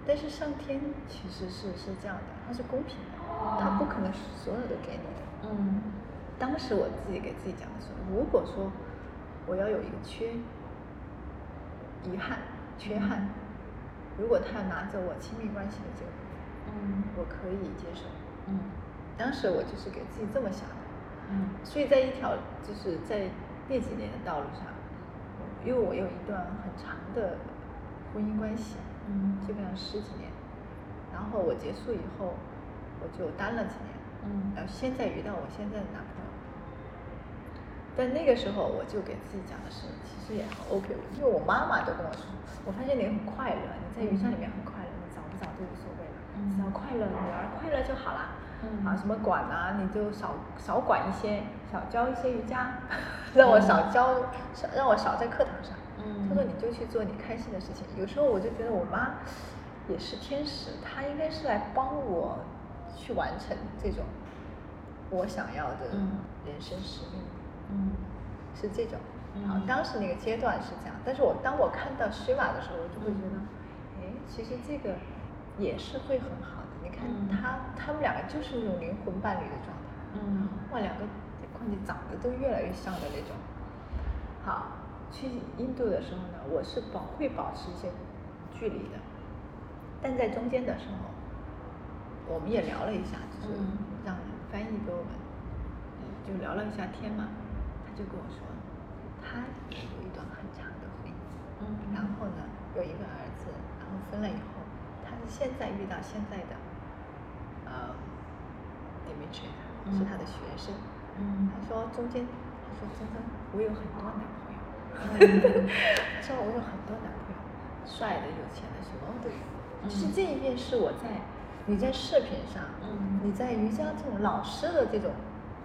E: 但是上天其实是是这样的，它是公平的，它不可能所有都给你的。
D: 嗯
E: 当时我自己给自己讲的时候，如果说我要有一个缺遗憾、缺憾，如果他拿走我亲密关系的这个部
D: 嗯
E: 分，我可以接受。
D: 嗯
E: 当时我就是给自己这么想的，
D: 嗯
E: 所以在一条就是在那几年的道路上，因为我有一段很长的婚姻关系，
D: 嗯
E: 基本上十几年，然后我结束以后，我就单了几年，
D: 嗯
E: 然后现在遇到我现在的男朋友，但那个时候我就给自己讲的是，其实也很 OK，因为我妈妈都跟我说，我发现你很快乐，你在云上里面很快乐，你早不早都无所谓了，
D: 嗯
E: 只要快乐，女儿快乐就好啦。
D: 嗯
E: 啊，什么管啊，你就少少管一些，少教一些瑜 伽，让我少教，少让我少在课堂上。
D: 嗯
E: 他说你就去做你开心的事情。有时候我就觉得我妈也是天使，她应该是来帮我去完成这种我想要的
D: 嗯
E: 人生使命，
D: 嗯
E: 是这种。
D: 嗯
E: 好，当时那个阶段是这样，但是我当我看到虚马的时候，我就会觉得，哎，其实这个也是会很好的。你看
D: 嗯
E: 他、他们两个就是那种灵魂伴侣的状态。
D: 嗯
E: 哇，两个况且长得都越来越像的那种。好，去印度的时候呢，我是保会保持一些距离的，但在中间的时候，我们也聊了一下，就是
D: 嗯
E: 让翻译给我们，嗯就聊了一下天嘛，他就跟我说，他也有一段很长的婚姻，
D: 嗯
E: 然后呢，有一个儿子，然后分了以后，他是现在遇到现在的，呃，Dimitri，是他的学生。
D: 嗯
E: 他说中间，他说真的，我有很多男朋友。他说我有很多男朋友，帅的、有钱的，什么都有。就是
D: 嗯
E: 这一面是我在你在视频上，
D: 嗯
E: 你在瑜伽这种老师的这种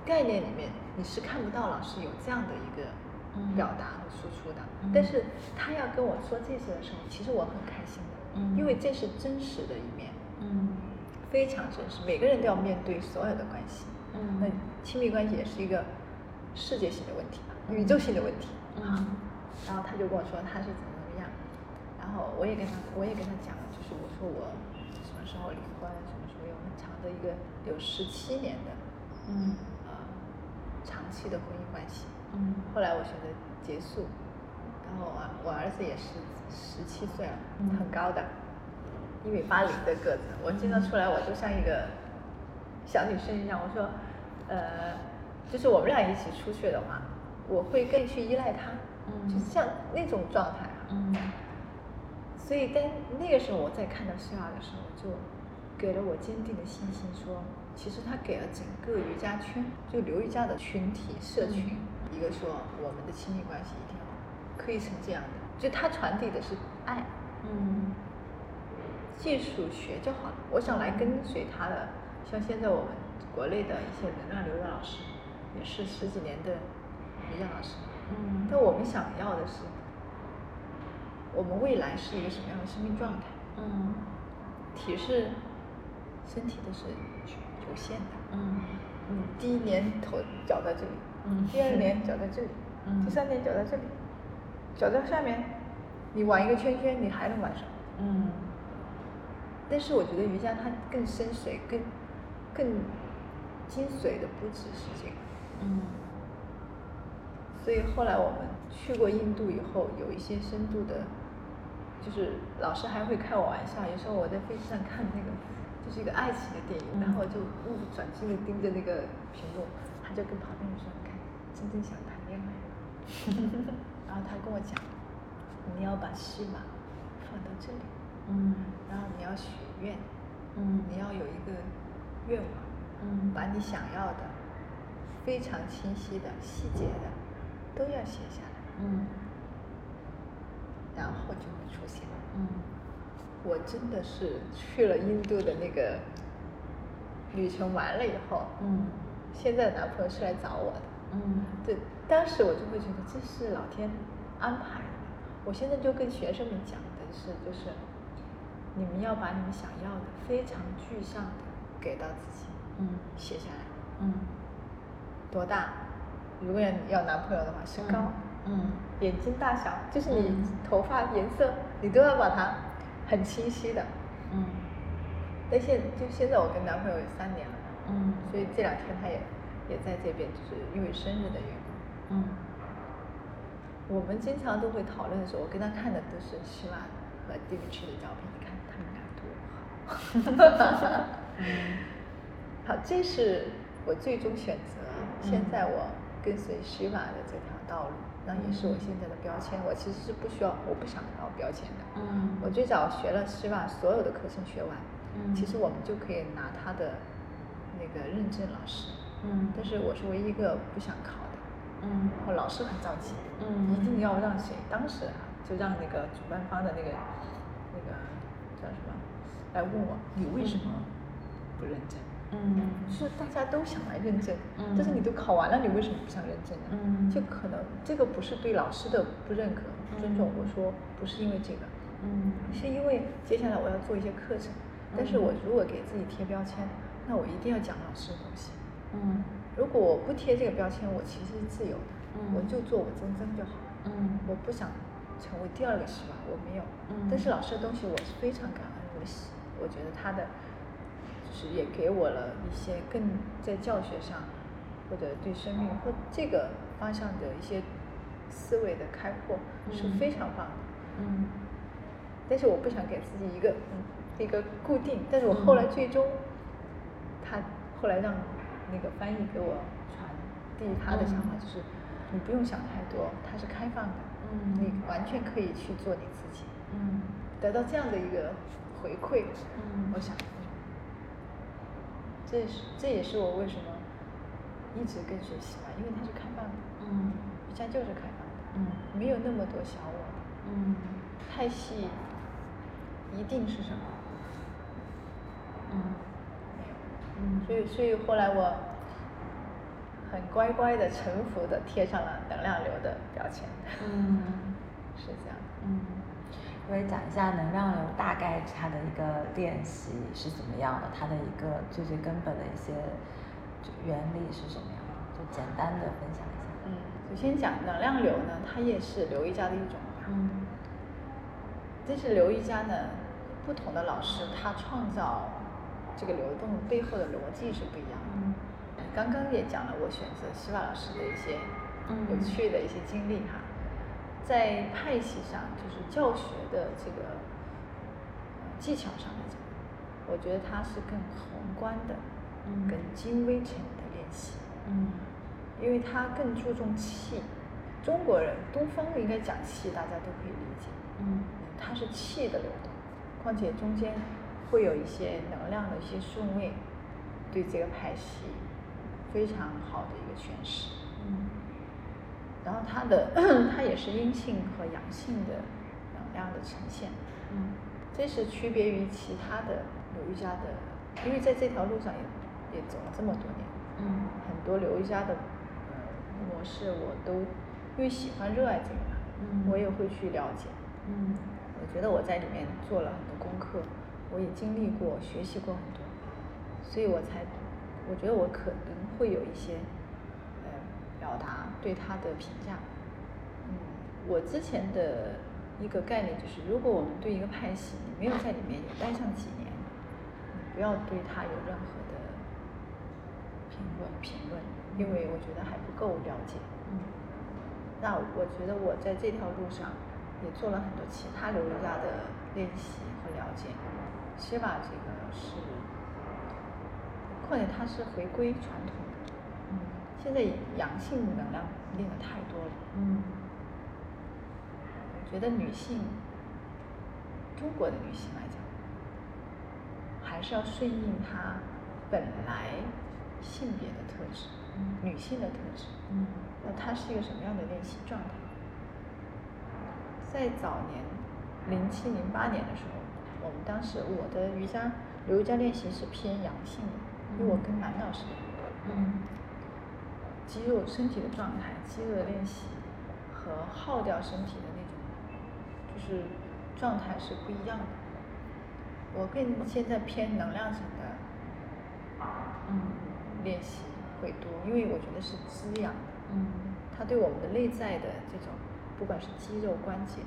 E: 概念里面，你是看不到老师有这样的一个
D: 嗯
E: 表达和输出的。
D: 嗯
E: 但是他要跟我说这些的时候，其实我很开心的，
D: 嗯
E: 因为这是真实的一面，
D: 嗯
E: 非常真实。每个人都要面对所有的关系，
D: 嗯
E: 那亲密关系也是一个世界性的问题嘛，宇宙性的问题。
D: 嗯
E: 然后他就跟我说他是怎么怎么样，然后我也跟他我也跟他讲了，就是我说我什么时候离婚，什么时候有很长的一个有十七年的
D: 嗯
E: 呃长期的婚姻关系，
D: 嗯
E: 后来我选择结束，然后我儿我儿子也十十七岁了，
D: 嗯
E: 很高的，一米八零的个子，我经常出来我就像一个小女生一样，我说，呃，就是我们俩一起出去的话，我会更去依赖他，
D: 嗯
E: 就是像那种状态啊，
D: 嗯
E: 所以在那个时候，我在看到希腊的时候，就给了我坚定的信心说，其实他给了整个瑜伽圈，就流瑜伽的群体社
D: 嗯
E: 群，一个说我们的亲密关系一定要可以成这样的，就他传递的是爱，
D: 嗯
E: 技术学就好了。我想来跟随他的，像现在我们国内的一些能量流的老师，也是十几年的瑜伽老师，
D: 嗯
E: 但我们想要的是，我们未来是一个什么样的生命状态？
D: 嗯
E: 体是身体都是有限的，
D: 嗯
E: 嗯，第一年头脚在这里，
D: 嗯
E: 第二年脚在这里，
D: 嗯
E: 第三年脚在这里，脚在下面，你玩一个圈圈，你还能玩什么？
D: 嗯
E: 但是我觉得瑜伽它更深邃、更更精髓的不只是这个，
D: 嗯
E: 所以后来我们去过印度以后，有一些深度的，就是老师还会开我玩笑，有时候我在飞机上看那个，就是一个爱情的电影，
D: 嗯
E: 然后我就目不转睛的盯着那个屏幕，他就跟旁边人说：“你看，真正想谈恋爱了。”然后他跟我讲，你要把戏码放到这里，
D: 嗯
E: 然后你要许愿，
D: 嗯
E: 你要有一个愿望，
D: 嗯
E: 把你想要的非常清晰的、细节的都要写下来，
D: 嗯
E: 然后就会出现。
D: 嗯
E: 我真的是去了印度的那个旅程完了以后，
D: 嗯
E: 现在的男朋友是来找我的，
D: 嗯
E: 对，当时我就会觉得这是老天安排的。我现在就跟学生们讲的，是，就是你们要把你们想要的非常具象的给到自己，
D: 嗯
E: 写下来。
D: 嗯
E: 多大？如果要要男朋友的话，身高、
D: 嗯
E: 眼睛大小，就是你
D: 嗯
E: 头发颜色，你都要把它很清晰的。
D: 嗯
E: 但现就现在我跟男朋友有三年了，
D: 嗯
E: 所以这两天他也也在这边，就是因为生日的缘故。
D: 嗯
E: 我们经常都会讨论的时候，我跟他看的都是希腊和 d 米 g 的照片，你看他们俩多好。好，这是我最终选择。现在我跟随 Shiva 的这条道路，那也是我现在的标签。我其实是不需要，我不想要标签的。
D: 嗯
E: 我最早学了 Shiva 所有的课程学完，
D: 嗯
E: 其实我们就可以拿他的那个认证老师，
D: 嗯
E: 但是我是唯一一个不想考的。
D: 嗯
E: 我老师很着急，
D: 嗯
E: 一定要让谁？当时啊，就让那个主办方的那个那个叫什么来问我，你为什么不认真？
D: 嗯
E: 是大家都想来认证，
D: 嗯
E: 但是你都考完了，你为什么不想认证呢？
D: 嗯
E: 就可能这个不是对老师的不认可、不尊重。我说不是因为这个，
D: 嗯
E: 是因为接下来我要做一些课程，但是我如果给自己贴标签，那我一定要讲老师的东西。
D: 嗯
E: 如果我不贴这个标签，我其实是自由的，
D: 嗯
E: 我就做我真真就好。
D: 嗯
E: 我不想成为第二个希望，我没有。
D: 嗯
E: 但是老师的东西我是非常感恩，我喜，我觉得他的就是也给我了一些更在教学上或者对生命或这个方向的一些思维的开阔是
D: 嗯
E: 非常棒的。
D: 嗯
E: 但是我不想给自己一个、嗯、一个固定，但是我后
D: 嗯
E: 来最终，他后来让那个翻译给我传递他的想法，就是、你不用想太多，它是开放的，
D: 嗯
E: 你完全可以去做你自己，
D: 嗯
E: 得到这样的一个回馈，
D: 嗯
E: 我想，这也是这也是我为什么一直跟随喜欢，因为它是开放的，
D: 嗯
E: 瑜伽就是开放的，
D: 嗯
E: 没有那么多小我，
D: 嗯
E: 太细一定是什么？
D: 嗯
E: 没有。
D: 嗯
E: 所以，所以后来我很乖乖的、臣服的贴上了能量流的标签，
D: 嗯。
E: 是这样。
D: 嗯，我也讲一下能量流大概它的一个练习是怎么样的，它的一个最最根本的一些就原理是什么样的，就简单的分享一下。
E: 嗯，首先讲能量流呢，它也是流瑜伽的一种吧。
D: 嗯
E: 但是流瑜伽呢，不同的老师他创造这个流动背后的逻辑是不一样的。
D: 嗯
E: 刚刚也讲了我选择希瓦老师的一些
D: 嗯
E: 有趣的一些经历哈，在派系上就是教学的这个呃技巧上来讲，我觉得它是更宏观的、
D: 嗯
E: 更精微层的练习。
D: 嗯
E: 因为它更注重气。中国人东方应该讲气，大家都可以理解。
D: 嗯
E: 它是气的流动，况且中间会有一些能量的一些顺位，对这个派系非常好的一个诠释。
D: 嗯
E: 然后它的 它也是阴性和阳性的能量的呈现。
D: 嗯
E: 这是区别于其他的流瑜伽的，因为在这条路上也也走了这么多年，
D: 嗯
E: 很多流瑜伽的呃模式我都因为喜欢热爱这个嘛，
D: 嗯
E: 我也会去了解。
D: 嗯
E: 我觉得我在里面做了很多功课，我也经历过、学习过很多，所以我才我觉得我可能会有一些呃表达对他的评价。嗯，我之前的一个概念就是，如果我们对一个派系你没有在里面也待上几年，你不要对他有任何的评论评论，因为我觉得还不够了解。那我觉得我在这条路上也做了很多其他流瑜伽的练习和了解。西瓦这个是，况且它是回归传统的。嗯，现在阳性能量练的太多了。
D: 嗯
E: 我觉得女性，中国的女性来讲，还是要顺应她本来性别的特质，
D: 嗯
E: 女性的特质。
D: 嗯
E: 那它是一个什么样的练习状态？在早年，零七零八年的时候，我们当时我的瑜伽流瑜伽练习是偏阳性的，因为我跟男老师
D: 嗯
E: 肌肉身体的状态、肌肉的练习和耗掉身体的那种，就是状态是不一样的。我更现在偏能量型的
D: 嗯
E: 练习会多，因为我觉得是滋养的。
D: 嗯
E: 它对我们的内在的这种，不管是肌肉关节，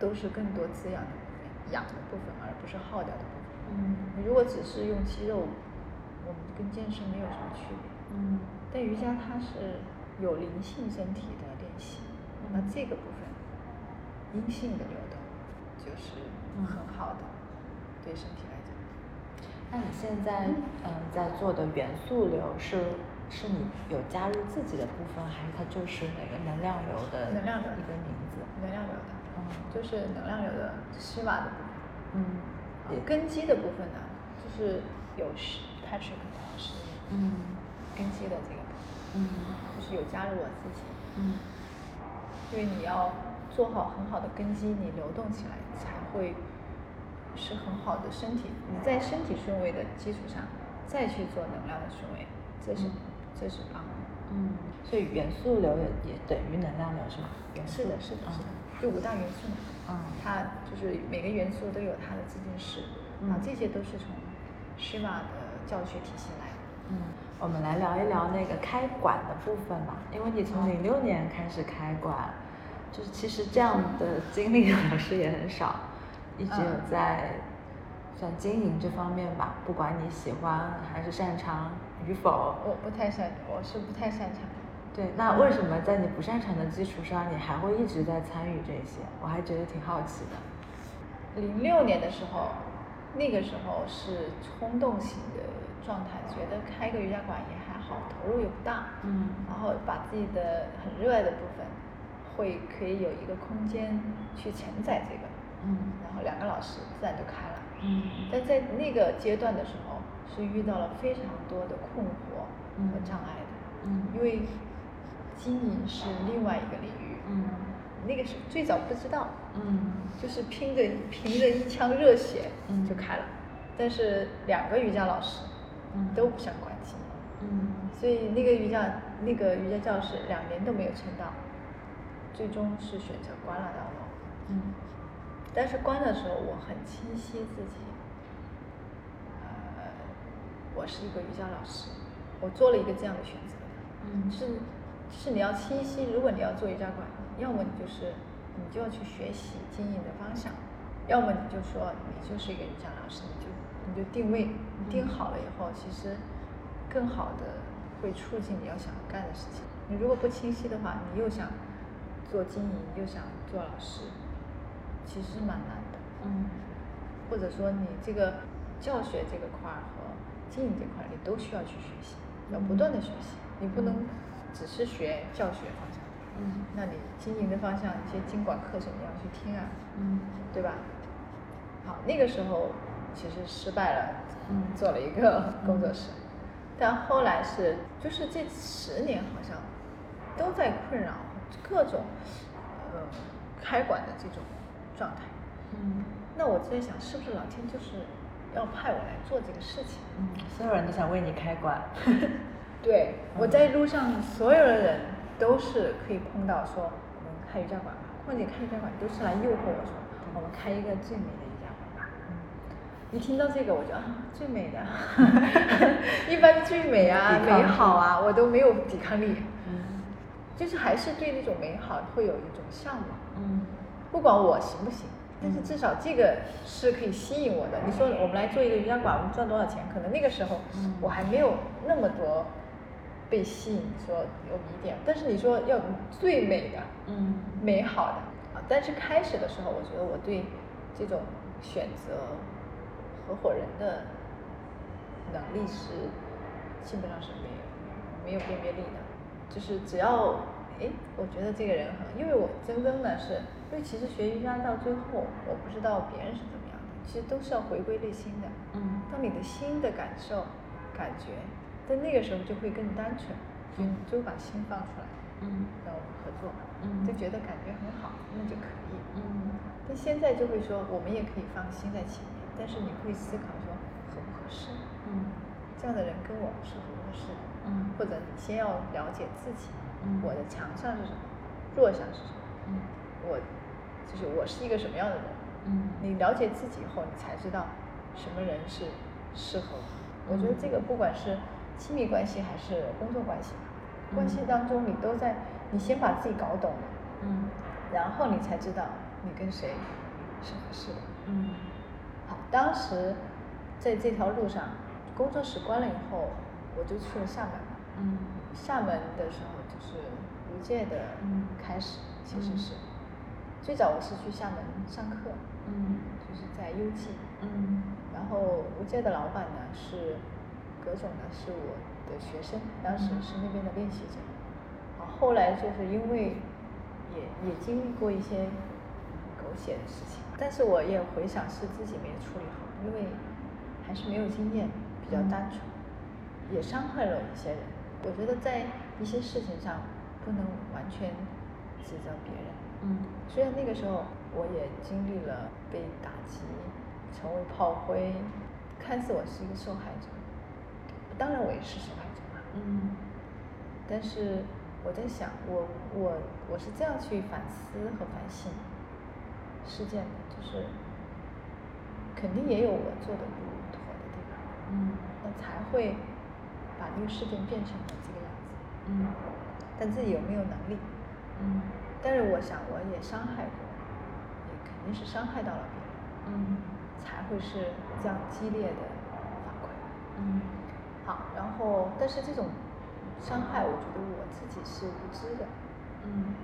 E: 都是更多滋养的部分、养的部分，而不是耗掉的部分。
D: 嗯
E: 如果只是用肌肉，我们跟健身没有什么区别。
D: 嗯
E: 但瑜伽它是有灵性身体的练习，那
D: 嗯
E: 这个部分阴性的流动就是
D: 嗯
E: 很好的，对身体来讲。
D: 那你现在嗯、在做的元素流是是你有加入自己的部分，还是它就是那个能量流的
E: 能量流
D: 嗯一个名字？
E: 能量流的，就是能量流的施瓦的部分。
D: 嗯
E: 也根基的部分呢，就是有是 Patrick 的老师
D: 嗯
E: 根基的这个部分，
D: 嗯
E: 就是有加入我自己，
D: 嗯
E: 因为你要做好很好的根基，你流动起来才会是很好的身体。你在身体顺位的基础上，再去做能量的顺位，这是、
D: 嗯
E: 这是啊帮助。
D: 嗯，所以元素流也也等于能量流是吗？元素啊
E: 是的，是的，是的，就五大元素嘛，
D: 嗯
E: 它就是每个元素都有它的自定式，啊
D: 嗯，
E: 这些都是从 Shiva 的教学体系来的。
D: 嗯，我们来聊一聊那个开馆的部分吧，因为你从零六年开始开馆，就是其实这样的经历老师也很少，一直有在算经营这方面吧，不管你喜欢还是擅长与否，
E: 我不太擅，我是不太擅长。
D: 对，那为什么在你不擅长的基础上，你还会一直在参与这些？我还觉得挺好奇的。
E: 零六年的时候，那个时候是冲动型的状态，觉得开个瑜伽馆也还好，投入也不大，
D: 嗯
E: 然后把自己的很热爱的部分，会可以有一个空间去承载这个，
D: 嗯
E: 然后两个老师自然就开了。
D: 嗯
E: 但在那个阶段的时候，是遇到了非常多的困惑和障碍的，
D: 嗯
E: 因为经营是另外一个领域，
D: 嗯
E: 那个是最早不知道，
D: 嗯
E: 就是拼着凭着一 腔热血
D: 嗯
E: 就开了，但是两个瑜伽老师
D: 嗯
E: 都不想关机，
D: 嗯
E: 所以那个瑜伽那个瑜伽教室两年都没有撑到，最终是选择关了道路。
D: 嗯
E: 但是关的时候，我很清晰自己，呃，我是一个瑜伽老师，我做了一个这样的选择。
D: 嗯
E: 是是你要清晰，如果你要做瑜伽馆，要么你就是你就要去学习经营的方向，要么你就说你就是一个瑜伽老师，你就你就定位，你定好了以后，其实更好的会促进你要想干的事情。你如果不清晰的话，你又想做经营，又想做老师，其实蛮难的。
D: 嗯
E: 或者说你这个教学这个块儿和经营这块儿，你都需要去学习，要不断的学习，你不能只是学教学方向，
D: 嗯
E: 那你经营的方向一些经管课程你要去听啊，
D: 嗯
E: 对吧？好，那个时候其实失败了，
D: 嗯
E: 做了一个工作室，但后来是就是这十年好像都在困扰各种呃开馆的这种状态，
D: 嗯
E: 那我就在想，是不是老天就是要派我来做这个事情？
D: 嗯，所有人都想为你开馆。
E: 对，我在路上所有的人都是可以碰到说我们开瑜伽馆吧，或者你开瑜伽馆都是来诱惑我说我们开一个最美的瑜伽馆吧。一听到这个，我就啊，最美 的，一般最美啊、
D: 抵抗
E: 美好啊，我都没有抵抗力，
D: 嗯
E: 就是还是对那种美好会有一种向往。
D: 嗯
E: 不管我行不行，但是至少这个是可以吸引我的。你说我们来做一个瑜伽馆，我们赚多少钱？可能那个时候
D: 嗯
E: 我还没有那么多被吸引，说有疑点。但是你说要最美的、
D: 嗯
E: 美好的啊，但是开始的时候，我觉得我对这种选择合伙人的能力是基本上是没有没有辨别力的，就是只要哎，我觉得这个人很，因为我真正的是，因为其实学瑜伽到最后，我不知道别人是怎么样的，其实都是要回归内心的。
D: 嗯
E: 当你的心的感受、感觉，在那个时候就会更单纯，就
D: 嗯
E: 就把心放出来，
D: 嗯
E: 然后合作，
D: 嗯
E: 就觉得感觉很好，那就可以。
D: 嗯
E: 但现在就会说，我们也可以放心在前面，但是你会思考说合不合适，
D: 嗯
E: 这样的人跟我是合不合适，
D: 嗯
E: 或者你先要了解自己，
D: 嗯
E: 我的强项是什么，弱项是什么，
D: 嗯
E: 我就是我是一个什么样的人。
D: 嗯
E: 你了解自己以后，你才知道什么人是适合的。我觉得这个
D: 嗯
E: 不管是亲密关系还是工作关系，关系当中你都在，你先把自己搞懂了，
D: 嗯
E: 然后你才知道你跟谁是合适的。
D: 嗯
E: 好，当时在这条路上，工作室关了以后，我就去了厦门嘛。
D: 嗯
E: 厦门的时候就是无界的
D: 嗯
E: 开始，其实
D: 嗯
E: 是最早我是去厦门上课，
D: 嗯
E: 就是在 UG，
D: 嗯
E: 然后无界的老板呢是葛总呢是我的学生，当时是那边的练习生，啊，后来就是因为也也经历过一些狗血的事情，但是我也回想是自己没处理好，因为还是没有经验，
D: 嗯
E: 比较单纯，也伤害了一些人。我觉得在一些事情上不能完全指责别人，
D: 嗯
E: 虽然那个时候我也经历了被打击，成为炮灰，看似我是一个受害者，当然我也是受害者嘛。
D: 嗯
E: 但是我在想，我我我是这样去反思和反省事件的，就是肯定也有我做的不妥的地方，
D: 嗯
E: 那才会把这个事件变成了这个样子。
D: 嗯
E: 但自己有没有能力？
D: 嗯
E: 但是我想，我也伤害过，也肯定是伤害到了别人，
D: 嗯
E: 才会是这样激烈的反馈。
D: 嗯
E: 好，然后但是这种伤害，我觉得我自己是无知的，
D: 嗯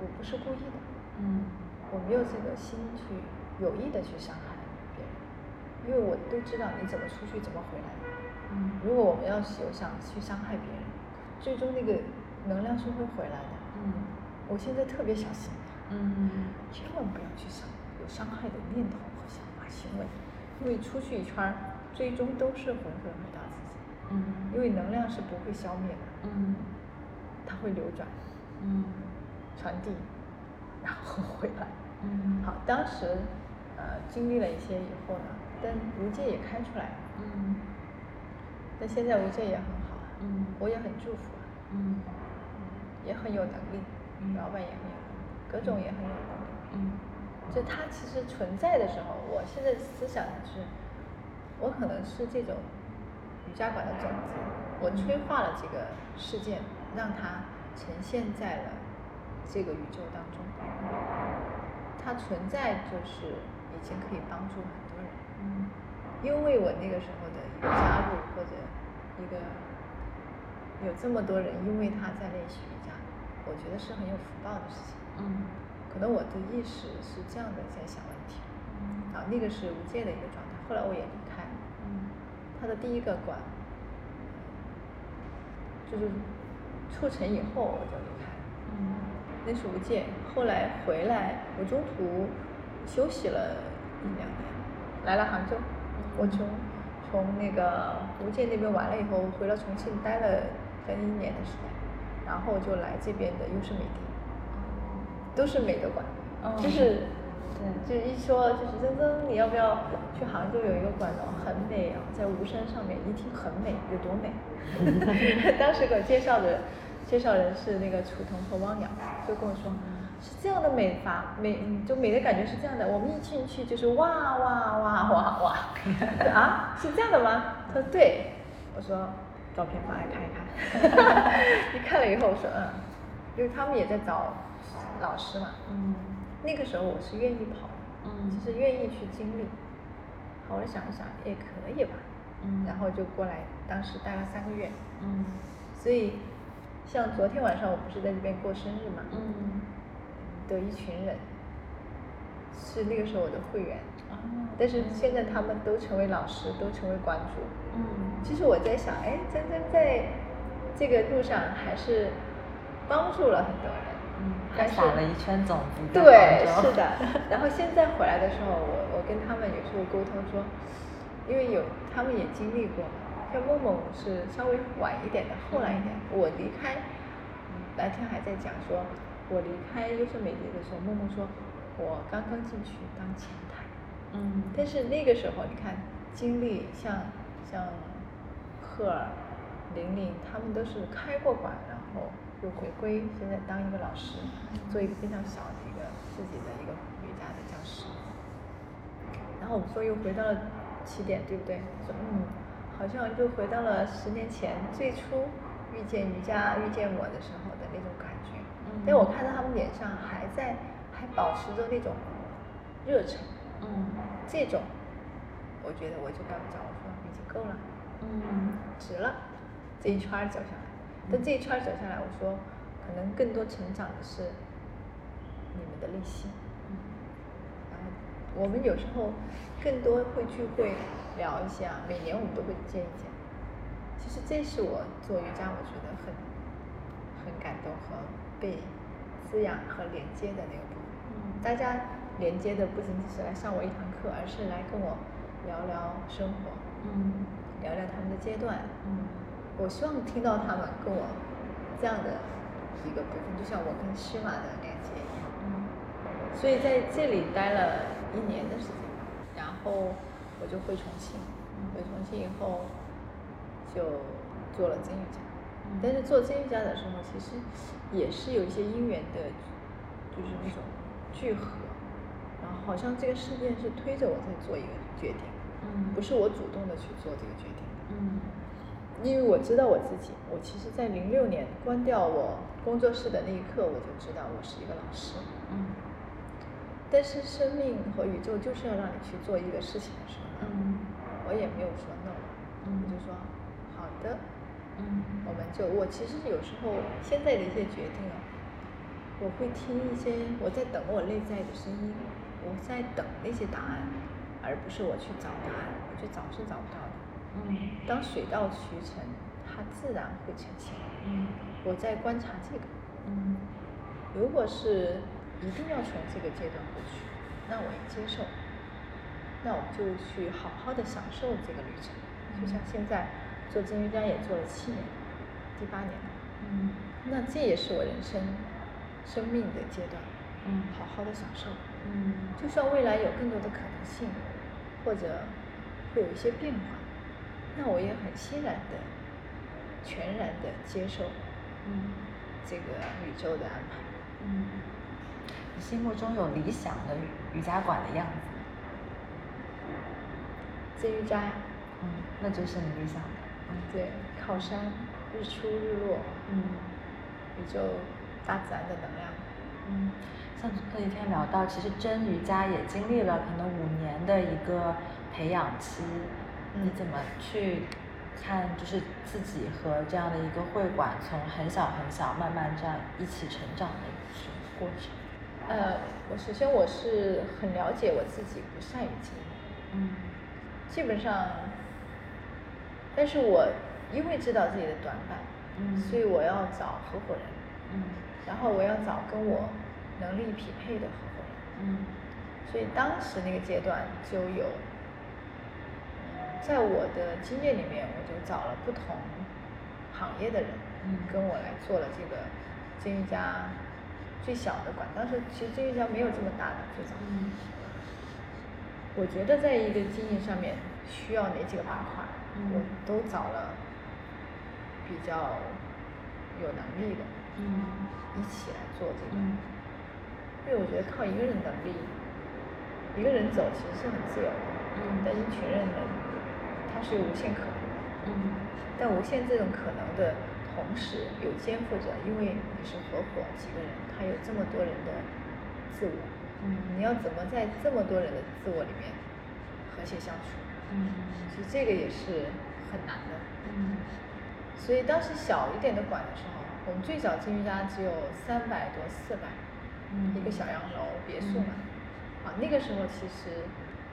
E: 我不是故意的，
D: 嗯
E: 我没有这个心去有意的去伤害别人，因为我都知道你怎么出去，怎么回来。
D: 嗯
E: 如果我们要是有想去伤害别人，最终那个能量是会回来的。
D: 嗯
E: 我现在特别小心。
D: 嗯
E: 千万不要去想有伤害的念头和想法、行为，因为出去一圈儿，最终都是回归回到自己，
D: 嗯
E: 因为能量是不会消灭的，
D: 嗯
E: 它会流转、
D: 嗯
E: 传递，然后回来。
D: 嗯
E: 好，当时呃经历了一些以后呢，但无界也开出来了，
D: 嗯
E: 但现在无界也很好，
D: 嗯
E: 我也很祝福啊，
D: 嗯
E: 也很有能力，
D: 嗯
E: 老板也很有能力，葛总也很有能力。
D: 嗯
E: 就它其实存在的时候，我现在思想是，我可能是这种瑜伽馆的种子，
D: 嗯
E: 我催化了这个事件，让它呈现在了这个宇宙当中。
D: 嗯
E: 它存在就是已经可以帮助很多人，
D: 嗯
E: 因为我那个时候的一个加入或者一个有这么多人因为他在练习瑜伽，我觉得是很有福报的事情。
D: 嗯
E: 可能我的意识是这样的在想问题，啊，那个是无界的一个状态。后来我也离开，
D: 嗯
E: 他的第一个馆就是促成以后我就离开了，
D: 嗯
E: 那是无界。后来回来，我中途休息了一两年，来了杭州，我从从那个无界那边完了以后，回到重庆待了将近一年的时间，然后就来这边的优胜美地。都是美的馆，
D: 哦
E: 就是
D: 对
E: 就一说就是曾曾，你要不要去杭州有一个馆呢？很美啊，在吴山上面，一听很美，有多 美？ 当时给我介绍的介绍人是那个楚彤和汪洋，就跟我说。是这样的美法美，嗯就美的感觉是这样的。我们一进去就是哇哇哇哇哇， 我说啊，是这样的吗？他说对，我说照片发来看一看， 一看了以后我说嗯，因为他们也在找老师嘛，
D: 嗯
E: 那个时候我是愿意跑的，
D: 嗯
E: 就是愿意去经历。好，我想一想，也可以吧，
D: 嗯
E: 然后就过来，当时待了三个月，
D: 嗯
E: 所以像昨天晚上我不是在这边过生日嘛，
D: 嗯
E: 的一群人是那个时候我的会员，
D: 哦
E: 但是现在他们都成为老师，都成为馆主，
D: 嗯
E: 其实我在想，哎，真真在这个路上还是帮助了很多人，
D: 嗯
E: 还是
D: 撒了一圈种子在
E: 对，
D: 杭州
E: 是的。 然后现在回来的时候，我我跟他们有时候沟通说，因为有他们也经历过，像梦梦是稍微晚一点的，后来一点。我离开，嗯白天还在讲说，我离开优胜美地的时候，梦梦说，我刚刚进去当前台。
D: 嗯
E: 但是那个时候，你看经历像像赫尔、玲玲，他们都是开过馆，然后就回归现在当一个老师，做一个非常小的一个自己的一个瑜伽的教室。然后我们说又回到了起点，对不对？说嗯，好像就回到了十年前最初遇见瑜伽、遇见我的时候的那种感觉。
D: 嗯
E: 但我看到他们脸上还在，还保持着那种热忱，
D: 嗯
E: 这种，我觉得我就跟他们讲，我说已经够了，
D: 嗯
E: 值了，这一圈儿走下来。但这一圈儿走下来，我说可能更多成长的是你们的内心。
D: 嗯
E: 然后我们有时候更多会聚会聊一下，每年我们都会见一见。其实这是我做瑜伽，我觉得很很感动和被滋养和连接的那个部分。
D: 嗯
E: 大家连接的不仅仅是来上我一堂课，而是来跟我聊聊生活，
D: 嗯
E: 聊聊他们的阶段。
D: 嗯
E: 我希望听到他们跟我这样的一个部分，就像我跟施玛的连接一样。
D: 嗯
E: 所以在这里待了一年的时间，然后我就回重庆，回重庆以后就做了真瑜伽，
D: 嗯
E: 但是做真瑜伽的时候，其实也是有一些因缘的，就是那种聚合，然后好像这个事件是推着我在做一个决定，
D: 嗯
E: 不是我主动的去做这个决定的，
D: 嗯
E: 因为我知道我自己，我其实在零六年关掉我工作室的那一刻，我就知道我是一个老师，
D: 嗯
E: 但是生命和宇宙就是要让你去做一个事情的时候，
D: 嗯
E: 我也没有说 no，
D: 嗯
E: 我就说好的，
D: 嗯
E: 我们就我其实有时候现在的一些决定啊，我会听一些我在等我内在的声音，我在等那些答案，而不是我去找答案，我去找是找不到的。
D: 嗯
E: 当水到渠成，它自然会呈现。
D: 嗯
E: 我在观察这个，
D: 嗯
E: 如果是一定要从这个阶段过去，那我也接受，那我就去好好的享受这个旅程。
D: 嗯
E: 就像现在做真瑜伽也做了七年，第八年了，
D: 嗯
E: 那这也是我人生生命的阶段，
D: 嗯
E: 好好的享受。
D: 嗯
E: 就算未来有更多的可能性，或者会有一些变化，那我也很欣然的、全然的接受
D: 嗯
E: 这个宇宙的安排。
D: 嗯，你心目中有理想的瑜伽馆的样子吗？
E: 真瑜伽，
D: 嗯，那就是你理想的。
E: 对，靠山，日出日落，
D: 嗯
E: 宇宙大自然的能量，
D: 嗯，上次课一天聊到，其实真瑜伽也经历了可能五年的一个培养期，你
E: 嗯
D: 怎么去看就是自己和这样的一个会馆从很小很小慢慢这样一起成长的一个过程？
E: 呃，我首先我是很了解我自己不善于经营，
D: 嗯
E: 基本上，但是我因为知道自己的短板，
D: 嗯
E: 所以我要找合伙人，
D: 嗯
E: 然后我要找跟我能力匹配的合伙人，
D: 嗯
E: 所以当时那个阶段就有，在我的经验里面，我就找了不同行业的人
D: 嗯，
E: 跟我来做了这个金瑜伽最小的馆。当时其实金瑜伽没有这么大的最早，
D: 嗯
E: 我觉得在一个经营上面需要哪几个板块，
D: 嗯
E: 我都找了比较有能力的，
D: 嗯
E: 一起来做这个。
D: 嗯
E: 因为我觉得靠一个人能力，一个人走其实是很自由的，
D: 嗯
E: 但一群人能，它是有无限可能的，
D: 嗯
E: 但无限这种可能的同时，有肩负着，因为你是合伙几个人，他有这么多人的自我，
D: 嗯
E: 你要怎么在这么多人的自我里面和谐相处？
D: 嗯
E: 其实这个也是很难的。
D: 嗯
E: 所以当时小一点的馆的时候，我们最早进瑜伽只有三百多、四百、
D: 嗯
E: 一个小洋楼别墅嘛。啊，那个时候其实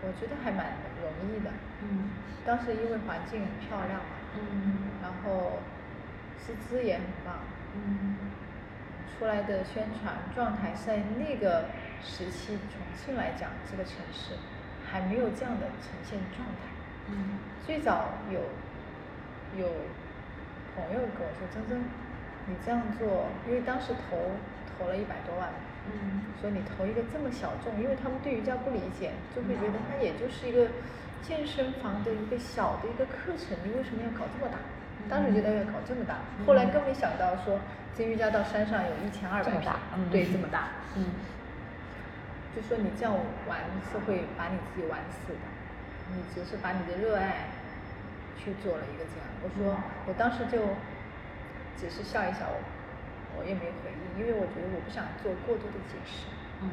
E: 我觉得还蛮容易的。
D: 嗯
E: 当时因为环境很漂亮嘛，
D: 嗯
E: 然后师资也很棒，
D: 嗯
E: 出来的宣传状态在那个时期重庆来讲，这个城市还没有这样的呈现状态。
D: 嗯
E: 最早有有朋友跟我说，珍珍，你这样做，因为当时投投了一百多万，
D: 嗯
E: 说你投一个这么小众，因为他们对瑜伽不理解，就会觉
D: 嗯
E: 得它也就是一个健身房的一个小的一个课程，你为什么要搞这么大？
D: 嗯
E: 当时觉得哎搞这么大，后来更没想到说这瑜伽到山上有一千二百
D: 这么
E: 平
D: 大，嗯
E: 对，这么大，
D: 嗯，
E: 就说你这样玩是会把你自己玩死的，你只是把你的热爱去做了一个这样。我说
D: 嗯
E: 我当时就只是笑一笑，我我也没回应，因为我觉得我不想做过多的解释，
D: 嗯，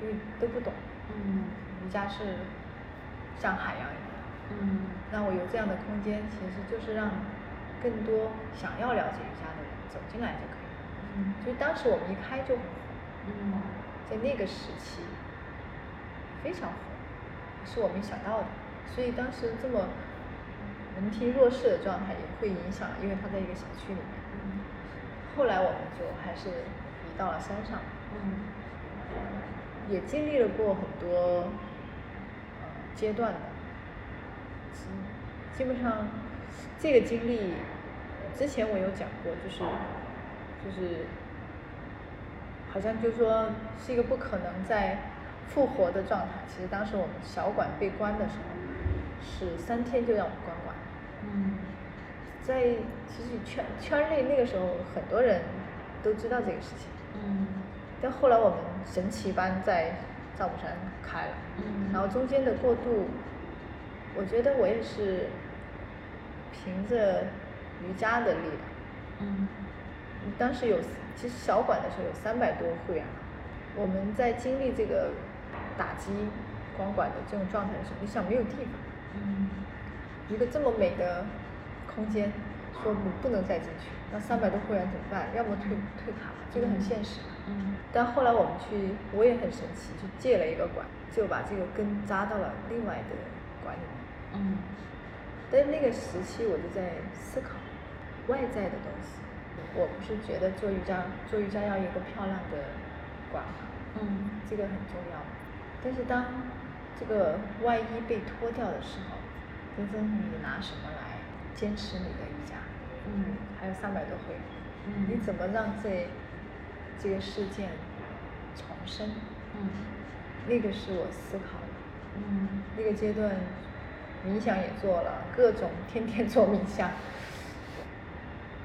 E: 因为都不懂。
D: 嗯，
E: 瑜伽是像海洋一样，
D: 嗯，
E: 那我有这样的空间，其实就是让更多想要了解瑜伽的人走进来就可以了。
D: 嗯，
E: 所以当时我们一开就很火，
D: 嗯，
E: 在那个时期非常火，是我没想到的。所以当时这么门庭若市的状态也会影响，因为它在一个小区里面。后来我们就还是移到了山上，
D: 嗯，
E: 也经历了过很多呃阶段的，基基本上这个经历之前我有讲过，就是就是好像就说是一个不可能再复活的状态。其实当时我们小馆被关的时候，是三天就让我们关馆，
D: 嗯，
E: 在其实圈圈内那个时候很多人都知道这个事情，
D: 嗯，
E: 但后来我们神奇班在赵本山开了，
D: 嗯
E: 然后中间的过渡，我觉得我也是凭着瑜伽的力量，
D: 嗯，
E: 当时有其实小馆的时候有三百多会员，我们在经历这个打击光管的这种状态的时候，你想没有地方，
D: 嗯，
E: 一个这么美的空间，说你不能再进去，那三百多会啊员怎么办？要么退退卡，这个很现实。
D: 嗯，
E: 但后来我们去，我也很神奇，去借了一个管，就把这个根扎到了另外的管里面。
D: 嗯，
E: 但那个时期我就在思考外在的东西。我不是觉得做瑜伽，做瑜伽要有一个漂亮的管嘛，
D: 嗯，
E: 这个很重要。但是当这个外衣被脱掉的时候，真正你拿什么来坚持你的瑜伽？
D: 嗯，
E: 还有三百多回，
D: 嗯
E: 你怎么让这这个事件重生？
D: 嗯，
E: 那个是我思考的，
D: 嗯，
E: 那个阶段冥想也做了，各种天天做冥想，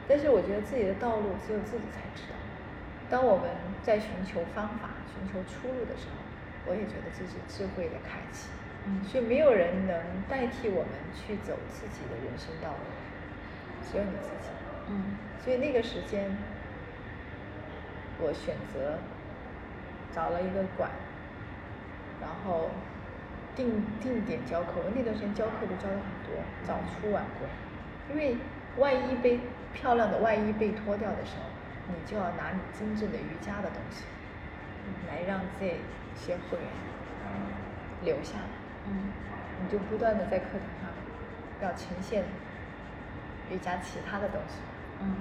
E: 但是我觉得自己的道路只有自己才知道。当我们在寻求方法、寻求出路的时候，我也觉得这是智慧的开启。
D: 嗯
E: 所以没有人能代替我们去走自己的人生道路，只有你自己。
D: 嗯，
E: 所以那个时间，我选择找了一个馆，然后定定点教课。我那段时间教课都教了很多，早出晚归，因为外衣被漂亮的外衣被脱掉的时候，你就要拿你精致的瑜伽的东西，来让这些会员留下来。
D: 嗯，
E: 你就不断的在课堂上要呈现瑜伽其他的东西。
D: 嗯，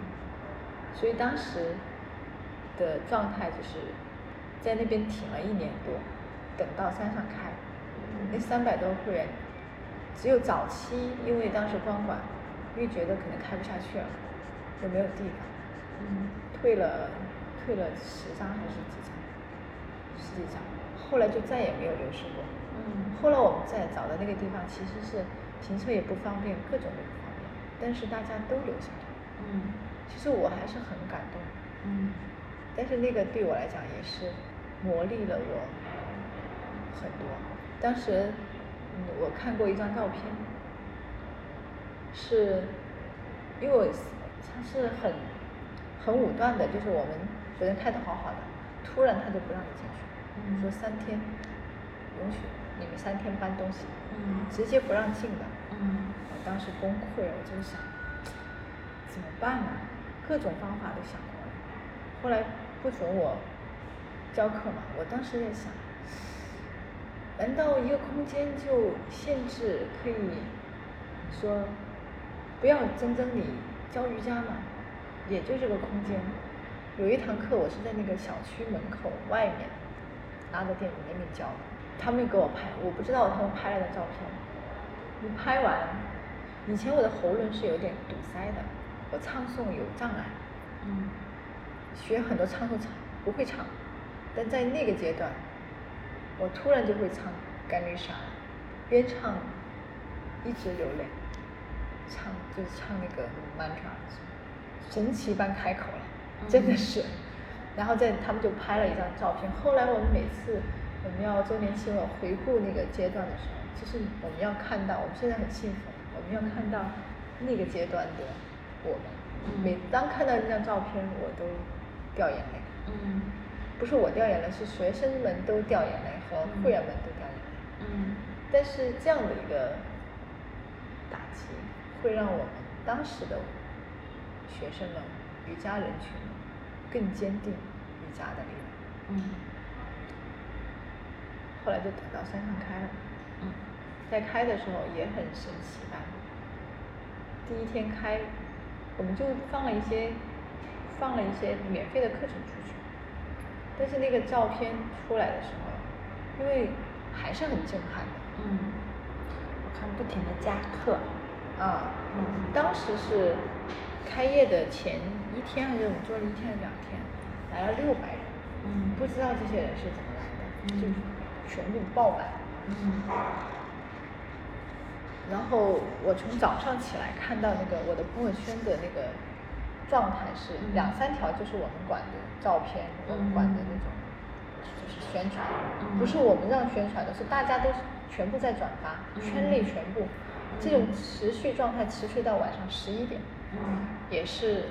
E: 所以当时的状态就是在那边停了一年多，等到山上开，
D: 嗯
E: 那三百多户人，只有早期因为当时光管，因为觉得可能开不下去了，又没有地方，
D: 嗯，
E: 退了退了十张还是几张，十几张，后来就再也没有流失过。
D: 嗯
E: 后来我们在找的那个地方其实是停车也不方便，各种都不方便，但是大家都留下来。
D: 嗯，
E: 其实我还是很感动，
D: 嗯，
E: 但是那个对我来讲也是磨砺了我很多。当时，嗯，我看过一张照片，是因为我是它是很很武断的，就是我们昨天开的好好的，突然他就不让你进去，
D: 嗯
E: 说三天允许你们三天搬东西，
D: 嗯
E: 直接不让进的，
D: 嗯
E: 我当时崩溃了，我就想怎么办呢、各种方法都想过了。后来不准我教课嘛，我当时在想，难道一个空间就限制可以说不要真正你教瑜伽嘛？也就这个空间。有一堂课我是在那个小区门口外面拉着电影那边教的，他们给我拍，我不知道他们拍了的照片。你拍完，以前我的喉咙是有点堵塞的，我唱诵有障碍，
D: 嗯，
E: 学很多唱诵唱不会唱，但在那个阶段，我突然就会唱《甘丽莎》，边唱一直流泪，唱就是唱那个曼卡，神奇般开口了，真的是。然后在他们就拍了一张照片。后来我们每次我们要周年庆了回顾那个阶段的时候，就是我们要看到，我们现在很幸福，我们要看到那个阶段的我们。每当看到那张照片，我都掉眼泪。
D: 嗯
E: 不是我掉眼泪，是学生们都掉眼泪和会员们都掉眼泪。
D: 嗯
E: 但是这样的一个打击，会让我们当时的学生们、瑜伽人群们更坚定瑜伽的力量。
D: 嗯
E: 后来就等到山上开了，
D: 嗯
E: 在开的时候也很神奇吧。第一天开，我们就放了一些放了一些免费的课程出去，但是那个照片出来的时候，因为还是很震撼的。
D: 嗯，我看不停的加课，
E: 啊，
D: 嗯
E: 当时是开业的前一天还是我们做了一天还是两天，来了六百人，
D: 嗯
E: 不知道这些人是怎么来的，
D: 嗯
E: 就全部爆满。
D: 嗯
E: 然后我从早上起来看到那个我的朋友圈的那个状态是
D: 嗯
E: 两三条，就是我们管的照片，我们管的那种就是宣传，
D: 嗯
E: 不是我们让宣传的，是大家都是全部在转发，
D: 嗯
E: 圈内全部，这种持续状态持续到晚上十一点，
D: 嗯
E: 也是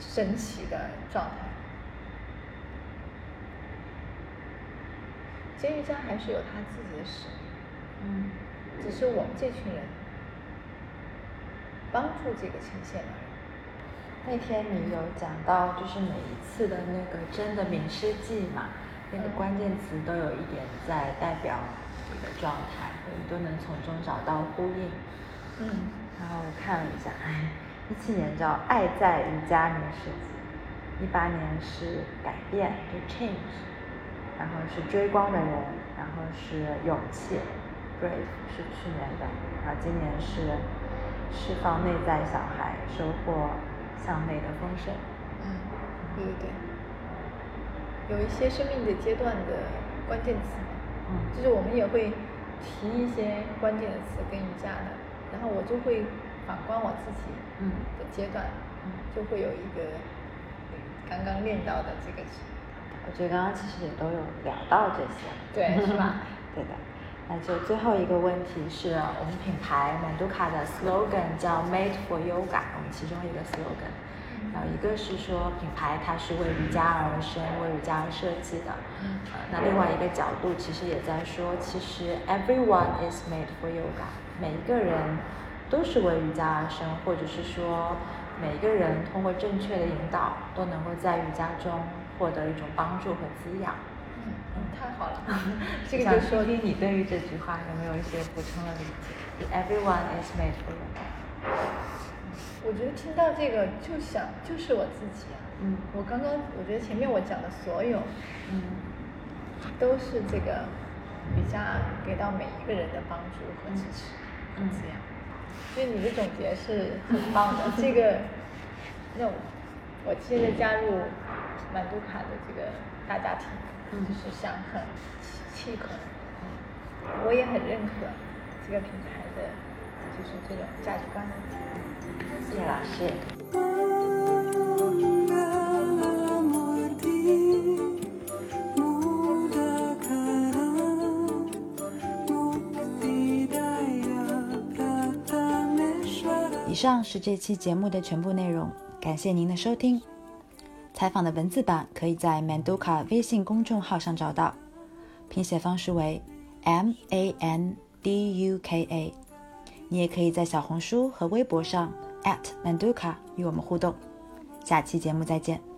E: 神奇的状态。监狱家还是有他自己的使命。
D: 嗯
E: 只是我们这群人帮助这个前线的人。
D: 那天你有讲到，就是每一次的那个真的名师记嘛，那个
E: 嗯
D: 关键词都有一点在代表你的状态，你都能从中找到呼应。
E: 嗯，
D: 然后我看了一下，哎一七年叫《爱在瑜伽名师记》，一八年是改变，就 change，然后是追光的人，然后是勇气，brave 是去年的，然后今年是释放内在小孩，收获向内的丰盛。
E: 嗯，对对对，有一些生命的阶段的关键词嘛，
D: 嗯
E: 就是我们也会提一些关键的词跟瑜伽的，然后我就会反观我自己
D: 嗯
E: 的阶段，
D: 嗯
E: 就会有一个嗯刚刚练到的这个词，
D: 我觉得刚刚其实也都有聊到这些，
E: 对是吧？
D: 对的。那就最后一个问题是我们品牌满都卡的 slogan 叫 Made for Yoga，我们其中一个 slogan，然后一个是说品牌它是为瑜伽而生，为瑜伽而设计的。
E: 嗯
D: 呃那另外一个角度其实也在说，其实 everyone is made for yoga，每一个人都是为瑜伽而生，或者是说每一个人通过正确的引导，都能够在瑜伽中获得一种帮助和滋养。，
E: 嗯，太好了 这个就说
D: 说听你对于这句话有没有一些补充的理解？Everyone is made for yoga。
E: 我觉得听到这个就想就是我自己啊。
D: 嗯
E: 我刚刚我觉得前面我讲的所有
D: 嗯
E: 都是这个瑜伽给到每一个人的帮助和支持
D: 嗯
E: 和滋养。所以你的总结是很棒的。 这个，那我我现在加入满都卡的这个大家庭，
D: 嗯
E: 就是想很契合，
D: 嗯
E: 我也很认可这个品牌的就是这种价值观。
D: 谢谢老师。
A: 以上是这期节目的全部内容，感谢您的收听。采访的文字版可以在 Manduka 微信公众号上找到，拼写方式为 M A N D U K A。你也可以在小红书和微博上 at Manduka 与我们互动。下期节目再见。